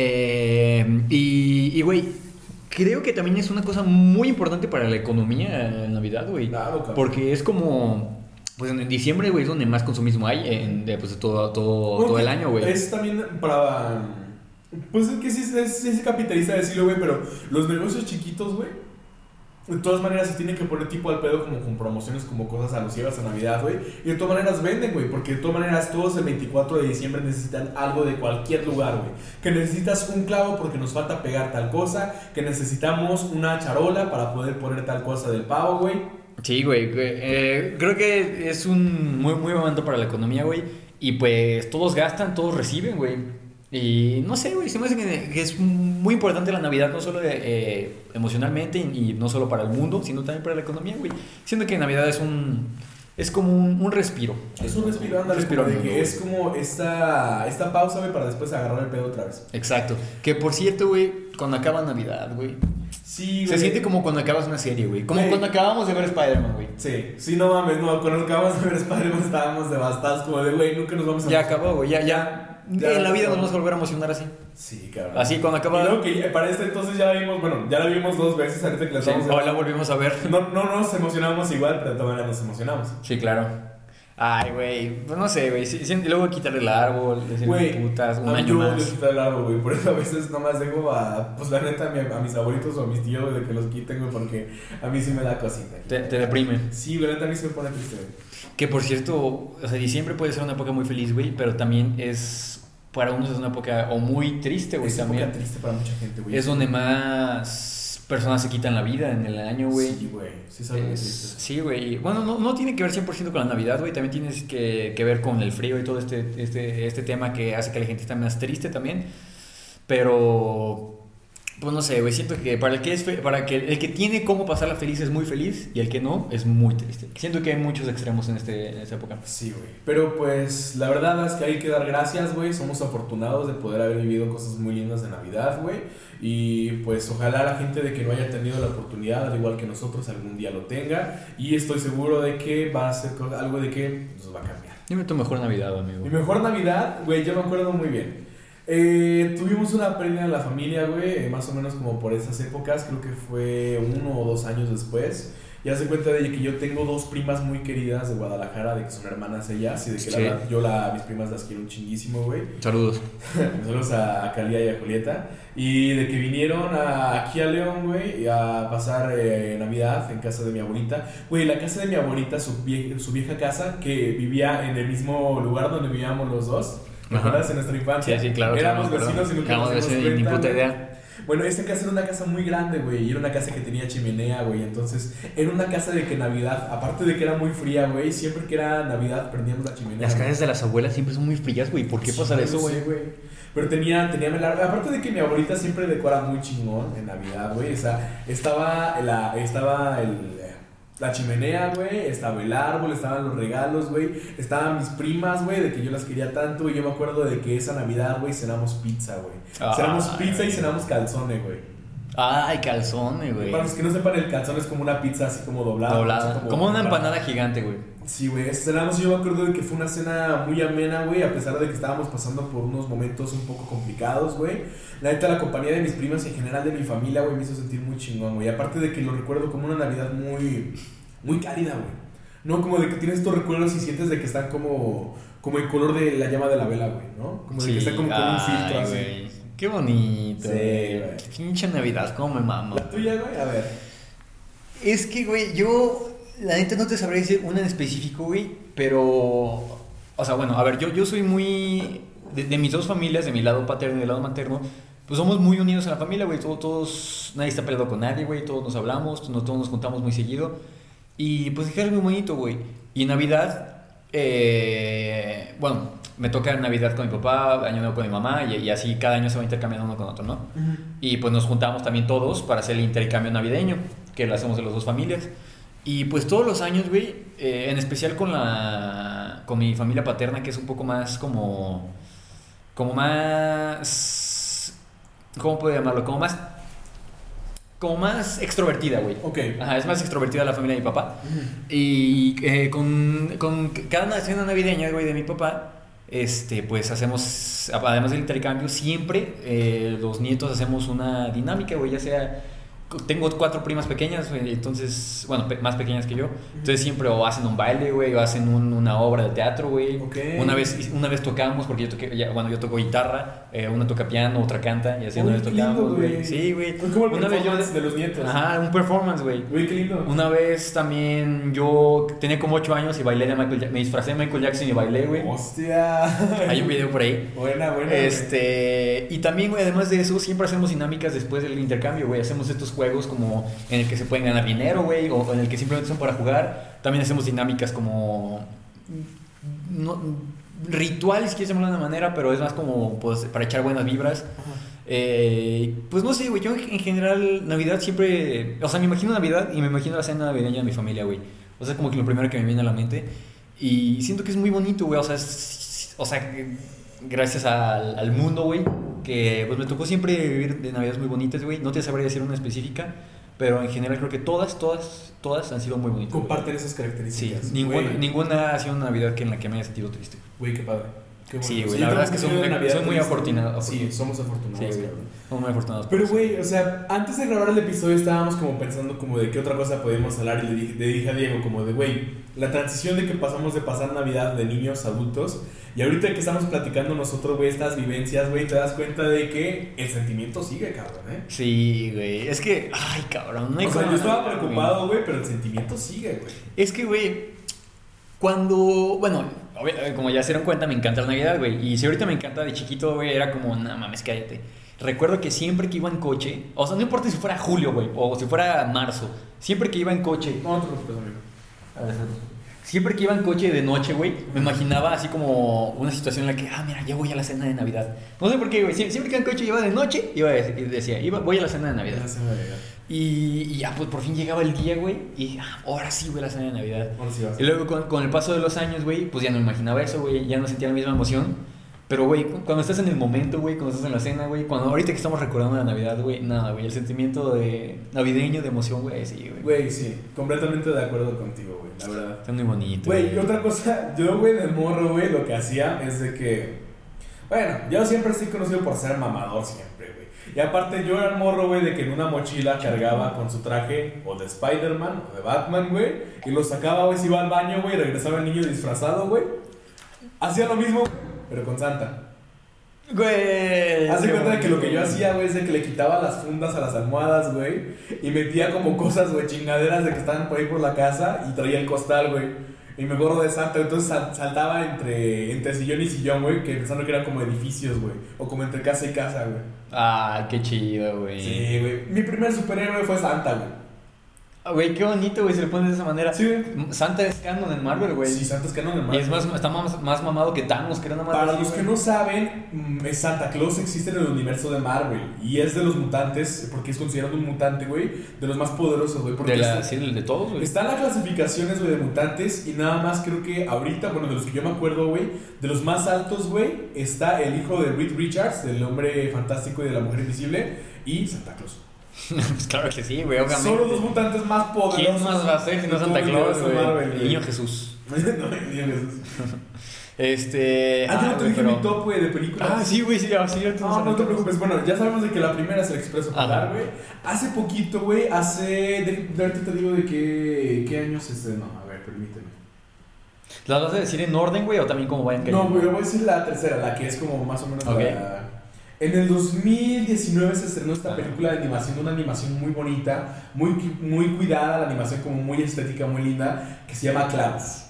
A: Eh, y, y, güey, creo que también es una cosa muy importante para la economía en Navidad, güey.
B: Claro, cabrón.
A: Porque es como, pues en diciembre, güey, es donde más consumismo hay, en, de, pues, de todo, todo,
B: Bueno,
A: todo el año, güey.
B: Es también para. Pues es que sí, es, sí es capitalista decirlo, güey, pero los negocios chiquitos, güey. De todas maneras se tienen que poner tipo al pedo como con promociones, como cosas alusivas a Navidad, güey. Y de todas maneras venden, güey, porque de todas maneras todos el 24 de diciembre necesitan algo de cualquier lugar, güey. Que necesitas un clavo porque nos falta pegar tal cosa, que necesitamos una charola para poder poner tal cosa del pavo, güey.
A: Sí, güey, güey, eh, creo que es un muy, muy buen momento para la economía, güey. Y pues todos gastan, todos reciben, güey. Y no sé, güey, se me hace que, que es muy importante la Navidad, no solo eh, emocionalmente y, y no solo para el mundo, sino también para la economía, güey. Siento que Navidad es un... Es como un, un respiro.
B: Es un respiro,
A: Un
B: ándale,
A: respiro
B: como de
A: al
B: que
A: mundo,
B: es como esta, esta pausa, güey, para después agarrar el pedo otra vez.
A: Exacto. Que por cierto, güey, cuando acaba Navidad, güey.
B: Sí,
A: Se
B: güey.
A: siente como cuando acabas una serie, güey. Como
B: Güey.
A: cuando acabamos de ver Spider-Man, güey.
B: Sí, sí, no mames, no, cuando acabamos de ver Spider-Man estábamos devastados, como de, güey, nunca nos vamos a...
A: Ya acabó, güey. Ya, ya.
B: Ya.
A: En la vida nos vamos a volver a emocionar así.
B: Sí, cabrón.
A: Así, cuando
B: Y
A: acaba...
B: luego que ya- para este entonces ya la vimos, bueno, ya la vimos dos veces ahorita que la
A: Sí,
B: estamos...
A: hoy la volvimos a ver.
B: No, no nos emocionamos igual, pero de todas maneras nos emocionamos.
A: Sí, claro. Ay, güey, pues no sé, güey. sí, sí, y luego quitarle el árbol, decirle
B: Güey,
A: putas, un
B: a mí
A: año
B: yo odio
A: más.
B: quitar el árbol, güey, por eso a veces nomás dejo a, pues la neta, a, mi- a mis abuelitos o a mis tíos, güey, de que los quiten, güey, porque a mí sí me da cosita.
A: Te, te deprime.
B: Sí, güey, la neta a mí se me pone triste, güey.
A: Que por cierto, o sea, diciembre puede ser una época muy feliz, güey, pero también es, para unos es una época o muy triste, güey,
B: Es un
A: también.
B: poco triste para mucha gente, güey.
A: Es donde más personas se quitan la vida en el año, güey.
B: Sí, güey, sí es algo muy
A: Es-
B: triste.
A: Sí, güey. y Bueno, no, no tiene que ver 100% con la Navidad, güey. También tienes que, que ver con el frío y todo este, este, este tema que hace que la gente esté más triste también. Pero, pues no sé, güey. Siento que para el que, es fe- para que el que tiene cómo pasarla feliz es muy feliz y el que no es muy triste. Siento que hay muchos extremos en, este, en esta época.
B: Sí, güey. Pero pues la verdad es que hay que dar gracias, güey. Somos afortunados de poder haber vivido cosas muy lindas de Navidad, güey. Y pues ojalá la gente de que no haya tenido la oportunidad, al igual que nosotros, algún día lo tenga. Y estoy seguro de que va a ser co- algo de que nos va a cambiar.
A: Dime tu mejor Navidad, amigo.
B: Mi mejor Navidad, güey, yo me acuerdo muy bien. Eh, tuvimos una pérdida en la familia, güey, eh, más o menos como por esas épocas, creo que fue uno o dos años después. Ya se cuenta de que yo tengo dos primas muy queridas de Guadalajara, de que son hermanas ellas, y de que la
A: Sí.
B: verdad, yo la, mis primas las quiero un chinguísimo, güey.
A: Saludos.
B: Saludos a Calia y a Julieta. Y de que vinieron a- aquí a León, güey, y a pasar eh, Navidad en casa de mi abuelita. Güey, la casa de mi abuelita, su, vie- su vieja casa, que vivía en el mismo lugar donde vivíamos los dos. ¿Te
A: Ajá.
B: acuerdas? En nuestra infancia.
A: Sí, sí, claro.
B: Éramos
A: claro,
B: vecinos y
A: pero-
B: nunca
A: éramos
B: nos dimos
A: vecinos y ni
B: cuenta,
A: puta
B: güey.
A: idea.
B: Bueno, esta casa era una casa muy grande, güey, y era una casa que tenía chimenea, güey. Entonces, era una casa de que Navidad, aparte de que era muy fría, güey, siempre que era Navidad prendíamos la chimenea.
A: Las
B: güey.
A: casas de las abuelas siempre son muy frías, güey. ¿Por qué
B: Sí,
A: pasa
B: no
A: eso,
B: sé,
A: güey?
B: Pero tenía, tenía velar- Aparte de que mi abuelita siempre decora muy chingón en Navidad, güey. O sea, estaba la, estaba el, la chimenea, güey. Estaba el árbol, estaban los regalos, güey. Estaban mis primas, güey, de que yo las quería tanto. Y yo me acuerdo de que esa Navidad, güey, cenamos pizza, güey. Cenamos
A: Ah, Ay.
B: pizza y cenamos calzones, güey.
A: Ay, calzones, güey.
B: Para los que no sepan, el calzón es como una pizza así como doblada.
A: Doblada.
B: así
A: Como, una empanada gigante, güey.
B: Sí, güey, cenamos, yo me acuerdo de que fue una cena muy amena, güey, a pesar de que estábamos pasando por unos momentos un poco complicados, güey. La neta, la compañía de mis primas y en general de mi familia, güey, me hizo sentir muy chingón, güey. Aparte de que lo recuerdo como una Navidad muy, muy cálida, güey. No, como de que tienes estos recuerdos y sientes de que están como, como el color de la llama de la vela, güey, ¿no? Como de que está como con un
A: ay,
B: filtro así.
A: güey. Qué bonito.
B: Sí,
A: güey.
B: güey.
A: Pinche Navidad, cómo me mamo.
B: La tuya, güey, a ver.
A: Es que, güey, yo la neta no te sabría decir una en específico, güey, pero... O sea, bueno, a ver, yo, yo soy muy... de, de mis dos familias, de mi lado paterno y del lado materno, pues somos muy unidos en la familia, güey. Todos, todos- nadie está peleado con nadie, güey. Todos nos hablamos, todos, todos nos contamos muy seguido. Y pues es algo muy bonito, güey. Y en Navidad, eh, bueno, me toca Navidad con mi papá, Año Nuevo con mi mamá, y, y así cada año se va intercambiando uno con otro, ¿no? Y pues nos juntamos también todos para hacer el intercambio navideño, que lo hacemos en las dos familias. Y pues todos los años, güey, eh, en especial con la con mi familia paterna, que es un poco más como como más ¿cómo puedo llamarlo? Como más como más extrovertida, güey.
B: Ok.
A: Ajá, es más extrovertida la familia de mi papá. Y eh, con, con cada cena navideña, güey, de mi papá, este, pues hacemos, además del intercambio, siempre eh, los nietos hacemos una dinámica, güey, ya sea... Tengo cuatro primas pequeñas, güey, entonces, bueno, pe- más pequeñas que yo. Entonces siempre o hacen un baile, güey, o hacen un- una obra de teatro, güey.
B: Ok.
A: Una vez una vez tocamos, porque yo toqué, ya, bueno, yo toco guitarra, eh, una toca piano, otra canta, y así una
B: Uy,
A: vez
B: qué lindo,
A: tocamos,
B: güey.
A: güey. Sí, güey.
B: Es como el
A: Una vez yo-
B: performance de los nietos.
A: Ajá, un performance, güey.
B: Güey, qué lindo.
A: Una vez también yo tenía como 8 años y bailé de Michael Jackson. Me disfracé de Michael Jackson y bailé, güey.
B: Hostia.
A: Hay un video por ahí.
B: Buena, buena. Oh. güey.
A: Este, y también, güey, además de eso, siempre hacemos dinámicas después del intercambio, güey. Hacemos estos juegos como en el que se pueden ganar dinero, güey, o en el que simplemente son para jugar. También hacemos dinámicas como. No, rituales, quieres llamarlo de una manera, pero es más como pues, para echar buenas vibras. Eh, pues no sé, güey, yo en en general Navidad siempre, o sea, me imagino Navidad y me imagino la cena navideña de mi familia, güey. O sea, es como que lo primero que me viene a la mente. Y siento que es muy bonito, güey, o sea, es- o sea que gracias al, al mundo, güey, que pues me tocó siempre vivir de Navidades muy bonitas, güey. No te sabría decir una específica, pero en general creo que todas, todas, todas han sido muy bonitas. güey.
B: Comparten esas
A: Sí,
B: características.
A: ninguna,
B: Güey.
A: ninguna ha sido una Navidad que en la que me haya sentido triste.
B: Güey, qué padre. Qué bueno.
A: Sí, güey,
B: yo
A: la verdad es
B: tampoco
A: que son
B: he vivido
A: muy-
B: Navidad
A: son muy
B: triste.
A: afortunados,
B: Sí, somos
A: Sí,
B: afortunados,
A: güey.
B: cabrón.
A: Somos muy afortunados. por
B: Pero,
A: eso.
B: güey, o sea, antes de grabar el episodio estábamos como pensando como de qué otra cosa podíamos hablar y le dije, le dije a Diego como de, güey, la transición de que pasamos de pasar Navidad de niños a adultos y ahorita que estamos platicando nosotros, güey, estas vivencias, güey, te das cuenta de que el sentimiento sigue, cabrón, ¿eh?
A: Sí, güey. Es que, ay, cabrón. No hay
B: O sea,
A: cómo
B: yo estaba
A: hablar,
B: preocupado, güey, pero el sentimiento sigue, güey.
A: güey. Es que, güey, cuando. Bueno, obvi- como ya se dieron cuenta, me encanta la Navidad, güey. Y si ahorita me encanta de chiquito, güey, era como, no mames, cállate. Recuerdo que siempre que iba en coche, o sea, no importa si fuera julio, güey, o si fuera marzo, siempre que iba en coche
B: No, no te preocupes, amigo.
A: Siempre que iba en coche de noche, güey, me imaginaba así como una situación en la que, ah, mira, ya voy a la cena de Navidad. No sé por qué, güey. sie- Siempre que iba en coche iba de noche, iba de- y decía, iba, voy a la cena de Navidad.
B: Ya se me veía.
A: Y, y ya, pues por fin llegaba el día, güey. Y dije, ah, ahora sí, güey, la cena de Navidad.
B: Ahora sí vas.
A: Y luego con, con el paso de los años, güey, pues ya no me imaginaba eso, güey. Ya no sentía la misma emoción. Pero, güey, cu- cuando estás en el momento, güey, cuando estás en la cena, güey, cuando ahorita que estamos recordando la Navidad, güey, nada, güey, el sentimiento de navideño, de emoción, güey, sí, güey.
B: Güey, sí, completamente de acuerdo contigo, güey, la verdad.
A: Está muy bonito.
B: Güey, y otra cosa, yo, güey, de morro, güey, lo que hacía es de que. Bueno, yo siempre estoy conocido por ser mamador siempre, güey. Y aparte, yo era el morro, güey, de que en una mochila cargaba con su traje o de Spider-Man o de Batman, güey. Y lo sacaba, güey, se iba al baño, güey, regresaba el niño disfrazado, güey. Hacía lo mismo, pero con Santa.
A: Güey.
B: Haz de
A: qué
B: cuenta de que lo que yo
A: bonito.
B: hacía, güey, es de que le quitaba las fundas a las almohadas, güey. Y metía como cosas, güey, chingaderas de que estaban por ahí por la casa y traía el costal, güey. Y me gorro de santa, entonces sal- saltaba entre, entre sillón y sillón, güey, que pensando que eran como edificios, güey. O como entre casa y casa, güey.
A: Ah, qué chido, güey.
B: Sí, güey. Mi primer superhéroe fue Santa, güey.
A: Ah, Güey, qué bonito, güey, se le pone de esa manera.
B: Sí, güey.
A: Santa es canon en Marvel, güey.
B: Sí, Santa es canon,
A: Y
B: hermano.
A: es más, está más, más mamado que Thanos, que era nada más.
B: Para
A: así,
B: los que
A: güey.
B: no saben, mm, Santa Claus existe en el universo de Marvel. Y es de los mutantes, porque es considerado un mutante, güey. De los más poderosos, güey. porque
A: De la,
B: es-
A: sí, de todos, güey.
B: Están las clasificaciones, güey, de mutantes y nada más creo que ahorita, bueno, de los que yo me acuerdo, güey, de los más altos, güey, está el hijo de Reed Richards, del hombre fantástico y de la mujer invisible, y Santa Claus.
A: Pues claro que sí, güey, obviamente.
B: Son los dos mutantes más poderosos.
A: ¿Quién más va a ser si no
B: de
A: Santa
B: todo el
A: Claus,
B: universo Marvel,
A: güey?
B: güey.
A: El niño Jesús.
B: No, el niño Jesús.
A: Este.
B: Ah, yo no te
A: güey,
B: dije
A: pero-
B: mi top, güey, de películas.
A: Ah, sí, güey, sí, ah, sí, ahorita
B: No,
A: nos
B: no te
A: aventamos.
B: preocupes. Bueno, ya sabemos de que la primera es el Expreso
A: Ajá.
B: Polar, güey. Hace poquito, güey, hace. De, de ahorita te digo de qué, qué año se estrenó. A ver, permíteme.
A: ¿Las vas a decir en orden, güey, o también como vayan
B: No,
A: cayendo?
B: güey, voy a decir la tercera, la que es como más o menos
A: Ok.
B: la... En el 2019 se estrenó esta
A: Ah.
B: película de animación, una animación muy bonita, muy, cu- muy cuidada, la animación como muy estética, muy linda, que se llama Clouds.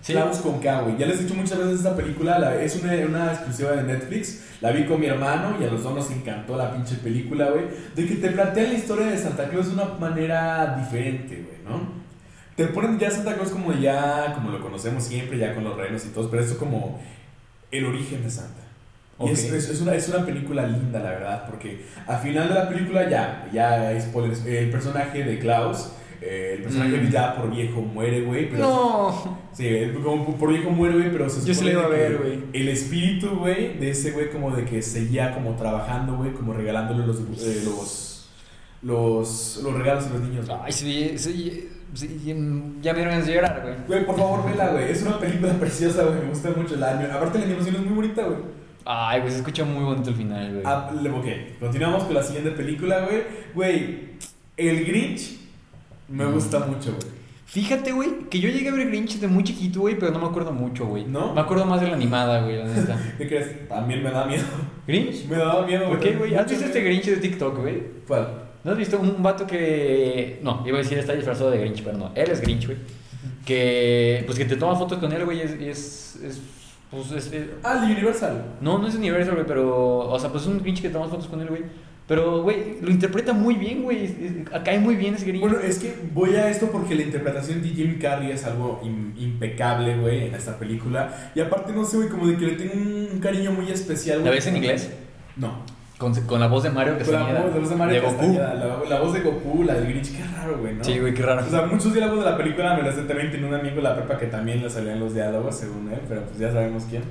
A: Sí.
B: Klaus con K, güey. Ya les he dicho muchas veces esta película, la- es una, una exclusiva de Netflix. La vi con mi hermano y a los dos nos encantó la pinche película, güey. De que te plantean la historia de Santa Claus de una manera diferente, güey, ¿no? Te ponen ya Santa Claus como ya, como lo conocemos siempre, ya con los renos y todo, pero esto es como el origen de Santa. Y
A: Ok.
B: es, es- es una, es una película linda, la verdad, porque al final de la película ya, ya hay spoilers. El personaje de Klaus, eh, el personaje
A: Mm.
B: ya por viejo muere, güey, pero
A: No.
B: Sí, eh, como por viejo muere, güey, pero
A: Yo
B: se
A: sí la
B: supone
A: iba a
B: que
A: ver, güey.
B: El espíritu, güey, de ese güey como de que seguía como trabajando, güey, como regalándole los, eh, los, los, los regalos a los niños. güey.
A: Ay, sí, sí, sí, ya me dieron ganas de llorar, güey.
B: Güey, por favor, vela, güey. Es una película preciosa, güey. Me gusta mucho la anime. Aparte, la animación es muy bonita, güey.
A: Ay, güey, se escucha muy bonito el final, güey.
B: Ah, le- ok, continuamos con la siguiente película, güey. Güey, El Grinch me gusta mucho, güey.
A: Fíjate, güey, que yo llegué a ver Grinch de muy chiquito, güey, pero no me acuerdo mucho, güey.
B: ¿No?
A: Me acuerdo más de la animada, güey, la neta.
B: ¿Qué crees? También me da miedo.
A: ¿Grinch?
B: Me daba miedo,
A: ¿Por qué, güey? ¿Has visto este
B: Grinch?
A: Grinch de TikTok, güey?
B: ¿Cuál?
A: ¿No has visto un vato que... No, iba a decir está disfrazado de Grinch, pero no. Él es Grinch, güey. Que... Pues que te toma fotos con él, güey, y es... y es, es- pues es... es-
B: Ah, el de Universal.
A: No, no es Universal, güey, pero... O sea, pues es un Grinch que tomas fotos con él, güey. Pero, güey, lo interpreta muy bien, güey. Es- es- Cae muy bien ese Grinch.
B: Bueno, es que voy a esto porque la interpretación de Jim Carrey es algo im- impecable, güey, en esta película. Y aparte, no sé, güey, como de que le tengo un, un cariño muy especial, güey.
A: ¿La ves en inglés?
B: No.
A: Con, con la voz de Mario que
B: Con la, voz- la voz de Mario
A: Goku.
B: Castañeda, la, la voz de Goku, la de Grinch, qué raro, güey, ¿no?
A: Sí, güey, qué raro.
B: O sea, muchos diálogos de la película me las también tenía un amigo de la prepa que también le salían los diálogos, según él, pero pues ya sabemos quién.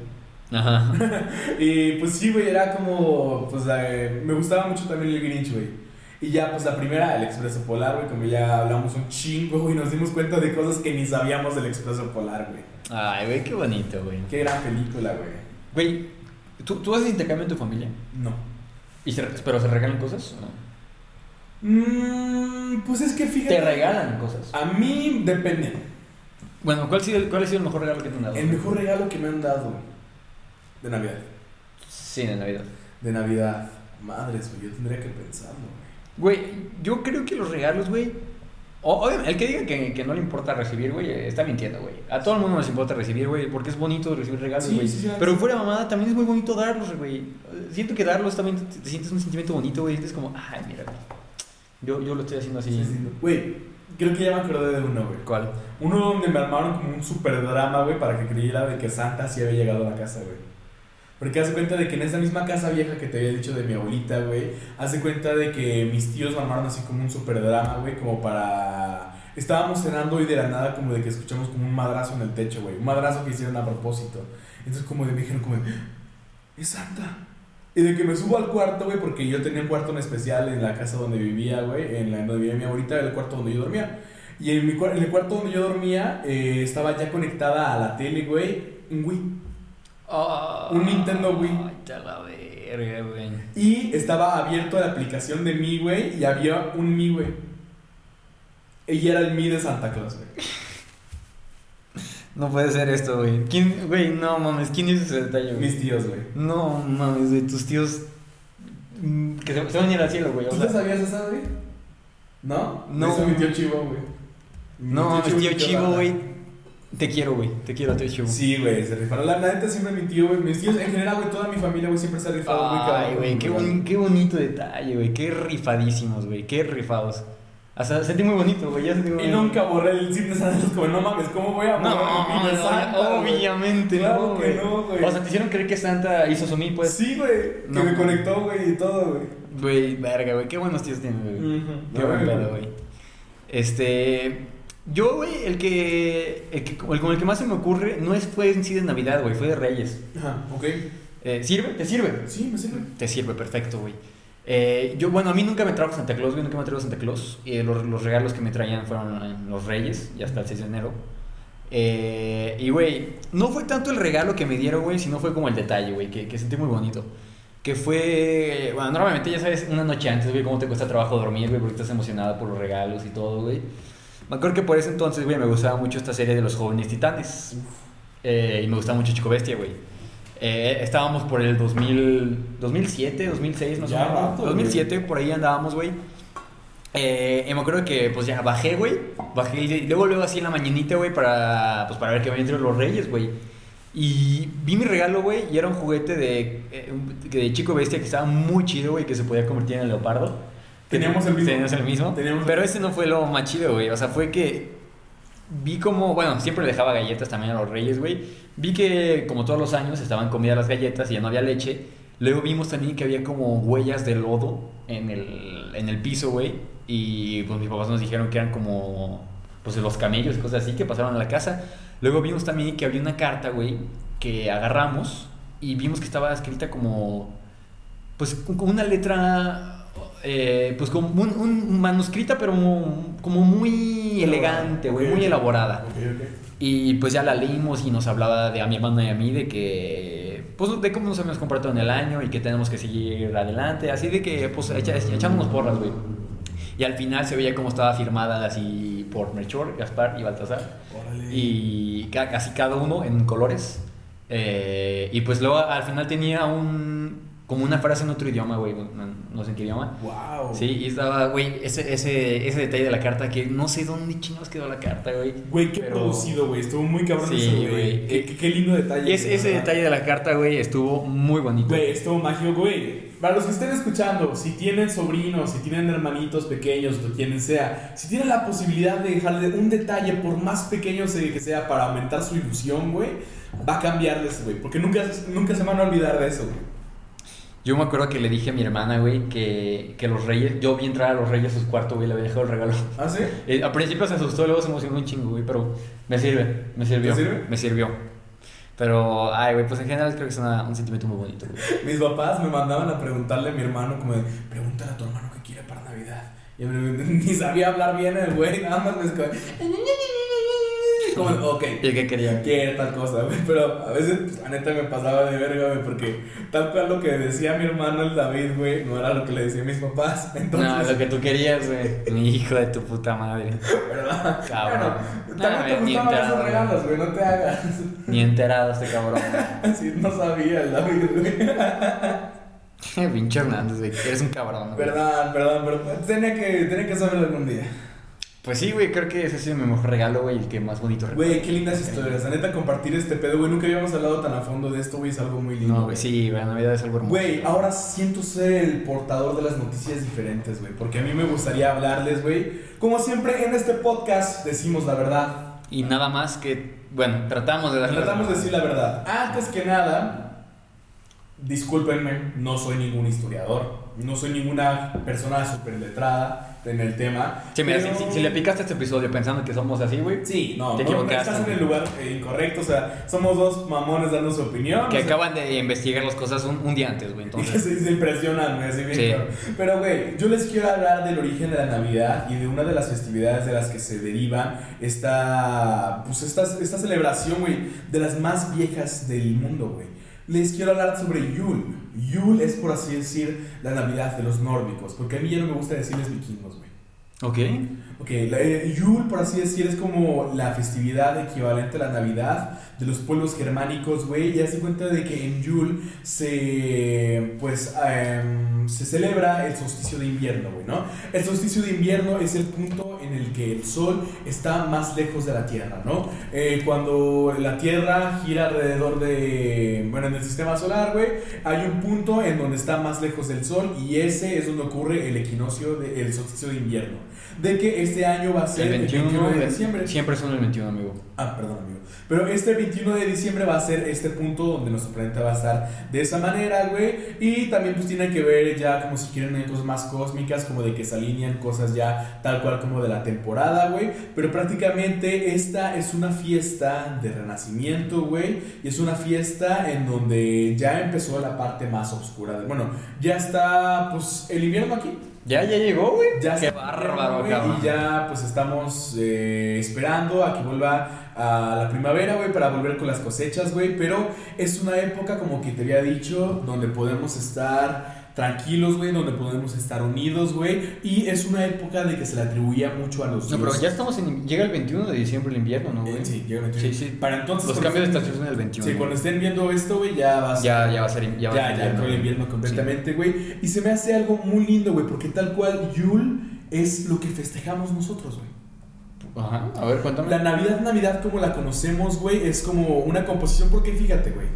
A: Ajá.
B: Y pues sí, güey, era como, pues eh, me gustaba mucho también el Grinch, güey. Y ya, pues la primera, el Expreso Polar, güey, como ya hablamos un chingo, güey, nos dimos cuenta de cosas que ni sabíamos del Expreso Polar, güey.
A: Ay, güey, qué bonito, güey.
B: Qué gran película, güey.
A: Güey, ¿tú, ¿tú haces intercambio en tu familia?
B: No.
A: ¿Y se, re- ¿Pero se regalan cosas? o no?
B: Mm, pues es que fíjate.
A: ¿Te regalan cosas?
B: A mí depende.
A: Bueno, ¿cuál, ha sido- ¿cuál ha sido el mejor regalo que te han dado?
B: El mejor regalo que me han dado de Navidad.
A: Sí, de Navidad.
B: De Navidad. Madres, güey, yo tendría que pensarlo, güey.
A: Güey, yo creo que los regalos, güey. o- obviamente, el que diga que, que no le importa recibir, güey, eh, está mintiendo, güey. A todo el mundo nos importa recibir, güey, porque es bonito recibir regalos,
B: Sí,
A: güey.
B: sí, sí, sí.
A: Pero fuera mamada, también es muy bonito darlos, güey. Eh, Siento que darlos también te, te sientes un sentimiento bonito, güey. Es como, ay, mira, güey. Yo, yo lo estoy haciendo así.
B: Sí, sí, no. Güey, creo que ya me acordé de uno, güey.
A: ¿Cuál?
B: Uno donde me armaron como un super drama, güey, para que creyera de que Santa sí había llegado a la casa, güey. Porque hace cuenta de que en esa misma casa vieja que te había dicho de mi abuelita, güey, hace cuenta de que mis tíos me armaron así como un super drama, güey, como para... Estábamos cenando y de la nada como de que escuchamos como un madrazo en el techo, güey. Un madrazo que hicieron a propósito. Entonces como de, me dijeron como, de, es Santa. Y de que me subo al cuarto, güey, porque yo tenía un cuarto en especial en la casa donde vivía, güey, en la donde vivía mi abuelita, era el cuarto donde yo dormía. Y en, mi, cua- en el cuarto donde yo dormía eh, estaba ya conectada a la tele, güey, un Wii. Un Nintendo Wii.
A: Ah, Ay, te la verga, güey.
B: Y estaba abierto a la aplicación de Mi, güey, y había un Mi, güey. Ella era el Mi de Santa Claus, güey.
A: No puede ser esto, güey. ¿Quién, güey, no mames, ¿quién hizo ese detalle, güey?
B: Mis tíos, güey.
A: No mames, güey, tus tíos. mm, Que se, se van a ir al cielo, güey. o
B: ¿Tú
A: sea.
B: te sabías esa, güey? ¿No?
A: No.
B: Eso mi tío Chivo, güey. Mi
A: No mames, tío
B: mi
A: Chivo,
B: Rata.
A: güey. Te quiero, güey. Te quiero, tío Chivo.
B: Sí, güey, se rifaron. La neta siempre mi tío, güey. Mis tíos, en general, güey, toda mi familia, güey, siempre se ha rifado muy cabrón.
A: Ay, güey, qué, boni- qué bonito detalle, güey. Qué rifadísimos, güey. Qué rifados. O sea, sentí muy bonito, güey. Ya sentí muy
B: Y
A: bonito.
B: nunca borré el cine de Santa Claus, como, no mames, ¿cómo voy a
A: No,
B: borrar el Mi de Santa, güey?
A: obviamente,
B: Claro
A: no,
B: que
A: güey.
B: no, güey.
A: O sea, te hicieron creer que Santa hizo su mí, pues.
B: sí, güey.
A: No.
B: Que me conectó, güey, y todo, güey.
A: Güey, verga, güey. Qué buenos tíos tienen, güey. Qué
B: No,
A: buen
B: güey.
A: pedo, güey. Este. Yo, güey, el que. El que el, con el que más se me ocurre no es, fue en sí de Navidad, güey, fue de Reyes.
B: Ajá, ok.
A: Eh, ¿Sirve? ¿Te sirve?
B: Sí, me sirve.
A: Te sirve, perfecto, güey. Eh, yo, bueno, a mí nunca me trajo Santa Claus, güey, nunca me trajo Santa Claus. Eh, los, los regalos que me traían fueron eh, los Reyes, y hasta el 6 de enero. Eh, y, güey, no fue tanto el regalo que me dieron, güey, sino fue como el detalle, güey, que, que sentí muy bonito. Que fue, bueno, normalmente ya sabes, una noche antes, güey, cómo te cuesta trabajo dormir, güey, porque estás emocionado por los regalos y todo, güey. Me acuerdo que por ese entonces, güey, me gustaba mucho esta serie de los jóvenes titanes. Eh, y me gustaba mucho Chico Bestia, güey. Eh, estábamos por el 2000, 2007, 2006, no sé.
B: Ya rato,
A: 2007, por ahí andábamos, güey. Eh, y me acuerdo que pues ya bajé, güey. Bajé el- luego, luego así en la mañanita, güey, para, pues, para ver que habían entre los reyes, güey. Y vi mi regalo, güey, y era un juguete de, eh, un- que de chico bestia que estaba muy chido, güey, que se podía convertir en el leopardo. Que
B: Teníamos el mismo.
A: Teníamos el mismo.
B: Teníamos el
A: pero ese no fue lo más chido, güey. O sea, fue que vi como, bueno, siempre le dejaba galletas también a los reyes, güey. Vi que como todos los años estaban comidas las galletas y ya no había leche. Luego vimos también que había como huellas de lodo en el, en el piso, güey. Y pues mis papás nos dijeron que eran como pues los camellos y cosas así que pasaron a la casa. Luego vimos también que había una carta, güey, que agarramos y vimos que estaba escrita como pues con con una letra eh, pues como un, un- manuscrita pero como, como muy elegante, güey,
B: Ok,
A: muy
B: ok.
A: elaborada.
B: Ok, ok.
A: Y pues ya la leímos y nos hablaba de a mi hermana y a mí de que, pues de cómo nos habíamos comprado en el año y que tenemos que seguir adelante. Así de que, pues echa- echámonos porras, güey. Y al final se veía cómo estaba firmada así por Melchor, Gaspar y Baltasar.
B: Órale.
A: Y ca- casi cada uno en colores. Eh, y pues luego al final tenía un, como una frase en otro idioma, güey, no, no sé en qué idioma.
B: Wow.
A: Sí, y estaba, güey, ese, ese, ese detalle de la carta que no sé dónde chingados quedó la carta, güey.
B: Güey, qué
A: pero-
B: producido, güey. Estuvo muy cabrón
A: Sí,
B: eso,
A: güey.
B: güey. Qué, qué- qué lindo detalle.
A: Y es- ese
B: ¿verdad?
A: detalle de la carta, güey, estuvo muy bonito.
B: Güey, estuvo mágico, güey. Para los que estén escuchando, si tienen sobrinos, si tienen hermanitos pequeños o quienes sea, si tienen la posibilidad de dejarle un detalle, por más pequeño se- que sea, para aumentar su ilusión, güey, va a cambiarles, güey. Porque nunca, nunca se van a olvidar de eso, güey.
A: Yo me acuerdo que le dije a mi hermana, güey, que, que los reyes, yo vi entrar a los reyes a sus cuartos, güey, le había dejado el regalo.
B: ¿Ah, sí?
A: Eh, al principio se asustó, luego se emocionó un chingo, güey, pero me sirve, me sirvió.
B: ¿Te sirve?
A: Me sirvió. Pero, ay, güey, pues en general creo que es una- un sentimiento muy bonito, güey.
B: Mis papás me mandaban a preguntarle a mi hermano, como de, pregúntale a tu hermano qué quiere para Navidad. Y yo ni sabía hablar bien el güey, nada más me escogía. Como, ok.
A: ¿Y qué quería?
B: que tal cosa, güey. Pero a veces, pues, la neta, me pasaba de verga, güey, porque tal cual lo que decía mi hermano el David, güey, no era lo que le decían mis papás. Entonces,
A: No, lo que tú querías, güey. Mi hijo de tu puta madre.
B: ¿verdad?
A: Cabrón. No,
B: Bueno, también
A: ni
B: te gustaban
A: enterado.
B: esos regalos, güey, no te hagas.
A: Ni enterado este cabrón.
B: Así no sabía el David, güey.
A: Pinche Hernández, güey. Eres un cabrón, güey.
B: Perdón, perdón, pero pues, tenía que, tenía que saberlo algún día.
A: Pues sí, güey, creo que ese ha sido mi mejor regalo, güey, el que más bonito recuerdo. Eh,
B: Güey, qué lindas historias. La neta, compartir este pedo, güey, nunca habíamos hablado tan a fondo de esto, güey, es algo muy lindo.
A: No, güey, sí, güey, Navidad es algo hermoso.
B: Güey, ahora siento ser el portador de las noticias diferentes, güey. Porque a mí me gustaría hablarles, güey. Como siempre en este podcast decimos la verdad.
A: Y nada más que, bueno, tratamos de darle.
B: Tratamos de decir la verdad. Antes que nada, discúlpenme, no soy ningún historiador. No soy ninguna persona súper letrada en el tema.
A: Sí, mira,
B: pero-
A: si, si- si le picaste este episodio pensando que somos así, güey,
B: Sí, no,
A: Te
B: no, no
A: equivocaste.
B: estás en el lugar eh, incorrecto. O sea, somos dos mamones dando su opinión.
A: que
B: o sea,
A: acaban de investigar las cosas un, un día antes, güey,
B: Y que
A: entonces.
B: se, se impresionan, güey, así bien
A: Sí.
B: cabrón. Pero, güey, yo les quiero hablar del origen de la Navidad y de una de las festividades de las que se derivan esta, pues esta, esta celebración, güey, de las más viejas del mundo, güey. Les quiero hablar sobre Yule. Yule es, por así decir, la Navidad de los nórdicos, porque a mí ya no me gusta decirles vikingos, güey.
A: Ok.
B: Ok, la- eh, Yule, por así decir, es como la festividad equivalente a la Navidad de los pueblos germánicos, güey. Y hace cuenta de que en Yule se, pues, em, se celebra el solsticio de invierno, güey, ¿no? El solsticio de invierno es el punto en el que el sol está más lejos de la Tierra, ¿no? Eh, cuando la Tierra gira alrededor de, bueno, en el sistema solar, güey, hay un punto en donde está más lejos del sol y ese es donde ocurre el equinoccio, de- el solsticio de invierno. De que este año va a ser
A: El 21
B: de diciembre.
A: Siempre son el 21, amigo.
B: Ah, perdón, amigo. Pero este 21 de diciembre va a ser este punto donde nuestro planeta va a estar de esa manera, güey. Y también, pues, tiene que ver ya, como si quieren, eh, cosas más cósmicas, como de que se alinean cosas ya tal cual como de la temporada, güey. Pero prácticamente esta es una fiesta de renacimiento, güey. Y es una fiesta en donde ya empezó la parte más oscura. de- Bueno, ya está, pues, el invierno aquí.
A: Ya, ya llegó, güey.
B: Ya
A: Qué
B: está
A: bárbaro,
B: güey,
A: cabrón.
B: Y ya pues estamos eh, esperando a que vuelva a la primavera, güey, para volver con las cosechas, güey. Pero es una época, como que te había dicho, donde podemos estar tranquilos, güey, donde podemos estar unidos, güey. Y es una época de que se le atribuía mucho a los
A: No, pero
B: dioses.
A: ya estamos en. Llega el 21 de diciembre el invierno, ¿no,
B: Eh,
A: güey?
B: Sí, llega el 21.
A: Sí, sí.
B: Para entonces...
A: Los
B: cuando
A: cambios de
B: estén-
A: estación en el 21.
B: Sí, cuando estén viendo esto, güey, ya va a ser-
A: Ya, ya va a ser. Ya, va a
B: ya,
A: ser
B: ya entró el invierno
A: Sí.
B: completamente, güey. Y se me hace algo muy lindo, güey, porque tal cual Yule es lo que festejamos nosotros, güey.
A: Ajá, a ver, cuéntame.
B: La Navidad, Navidad como la conocemos, güey, es como una composición porque fíjate, güey.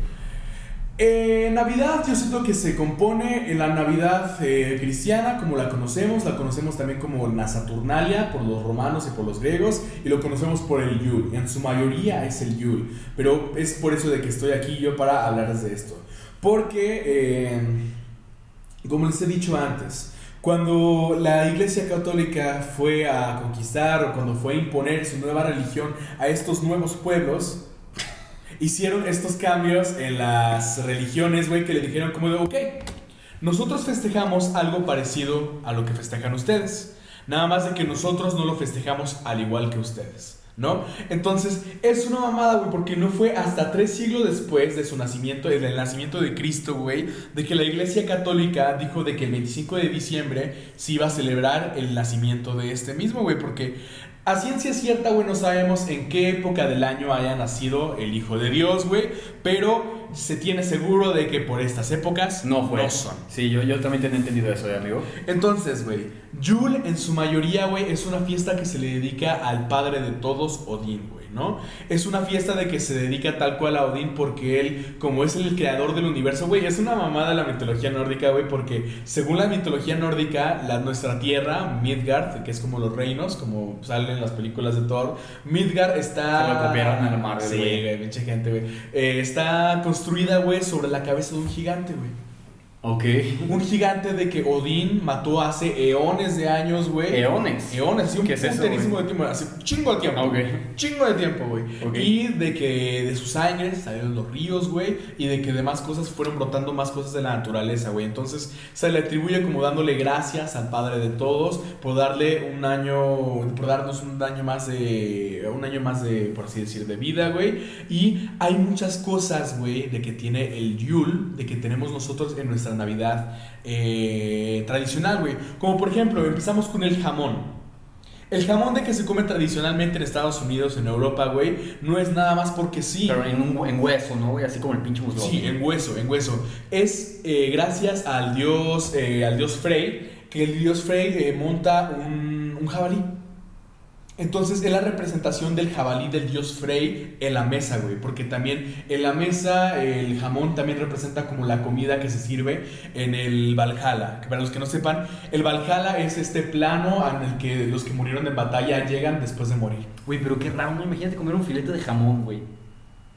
B: Eh, Navidad yo siento que se compone en la Navidad eh, cristiana como la conocemos, la conocemos también como la Saturnalia por los romanos y por los griegos y lo conocemos por el Yule, en su mayoría es el Yule, pero es por eso de que estoy aquí yo para hablarles de esto, porque eh, como les he dicho antes, cuando la Iglesia Católica fue a conquistar o cuando fue a imponer su nueva religión a estos nuevos pueblos, hicieron estos cambios en las religiones, güey, que le dijeron como de, ok, nosotros festejamos algo parecido a lo que festejan ustedes. Nada más de que nosotros no lo festejamos al igual que ustedes, ¿no? Entonces, es una mamada, güey, porque no fue hasta tres siglos después de su nacimiento, del nacimiento de Cristo, güey, de que la Iglesia Católica dijo de que el 25 de diciembre se iba a celebrar el nacimiento de este mismo, güey, porque a ciencia cierta, güey, no sabemos en qué época del año haya nacido el Hijo de Dios, güey, pero se tiene seguro de que por estas épocas
C: No fue.
B: son.
C: Sí, yo, yo también tenía entendido eso, ¿eh, amigo.
B: Entonces, güey, Yule en su mayoría, güey, es una fiesta que se le dedica al padre de todos, Odín, güey, ¿no? Es una fiesta de que se dedica tal cual a Odín porque él, como es el creador del universo, güey, es una mamada la mitología nórdica, güey, porque según la mitología nórdica, la, nuestra tierra, Midgard, que es como los reinos, como salen en las películas de Thor, Midgard está...
C: Se lo copiaron a la Marvel,
B: Sí,
C: güey.
B: güey, pinche gente, güey. Eh, está construida, güey, sobre la cabeza de un gigante, güey.
C: Ok.
B: Un gigante de que Odín mató hace eones de años, güey.
C: Eones.
B: Eones, sí, un
C: ¿Qué es eso,
B: punterísimo
C: güey?
B: de tiempo. Hace un chingo de tiempo.
C: Ah, ok.
B: Un Chingo de tiempo, güey.
C: Ok.
B: Y de que de sus sangre salieron los ríos, güey. Y de que demás cosas fueron brotando más cosas de la naturaleza, güey. Entonces se le atribuye como dándole gracias al Padre de todos por darle un año, por darnos un año más de, un año más de, por así decir, de vida, güey. Y hay muchas cosas, güey, de que tiene el Yule, de que tenemos nosotros en nuestra Navidad eh, tradicional, güey. Como por ejemplo, empezamos con el jamón. El jamón de que se come tradicionalmente en Estados Unidos, en Europa, güey, no es nada más porque sí.
C: Pero en, un, en hueso, ¿no, güey? Así como el pinche muslo.
B: Sí, en hueso, en hueso. Es eh, gracias al dios, eh, al dios Frey, que el dios Frey eh, monta un, un jabalí. Entonces es la representación del jabalí del dios Frey en la mesa, güey. Porque también en la mesa el jamón también representa como la comida que se sirve en el Valhalla. Que para los que no sepan, el Valhalla es este plano en el que los que murieron en batalla llegan después de morir.
C: Güey, pero qué raro, ¿no? Imagínate comer un filete de jamón, güey.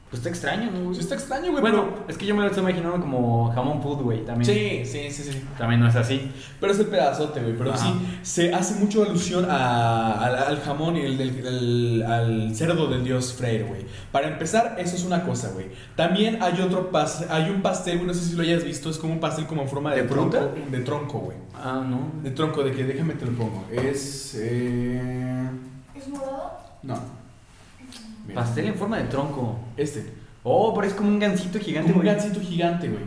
C: Pues está extraño, ¿no, güey?
B: Sí, está extraño, güey.
C: bueno, es que yo me lo estoy imaginando como jamón food, güey.
B: pero-
C: También.
B: sí, sí, sí, sí.
C: También no es así.
B: Pero es el pedazote, güey. Pero
C: Ajá.
B: sí, se hace mucho alusión a- al, al jamón y el, del- el- al cerdo del dios Freyr, güey. Para empezar, eso es una cosa, güey. También hay otro pas- hay un pastel, güey, no sé si lo hayas visto, es como un pastel como en forma de,
C: ¿De
B: tronco.
C: fruta?
B: De tronco, güey.
C: Ah, no.
B: De tronco, de que déjame te lo pongo. Es. eh,
D: ¿Es morado?
B: No. Mira,
C: Pastel en forma de tronco.
B: Este.
C: Oh, pero es como un gansito gigante,
B: Como un
C: güey.
B: gansito gigante, güey.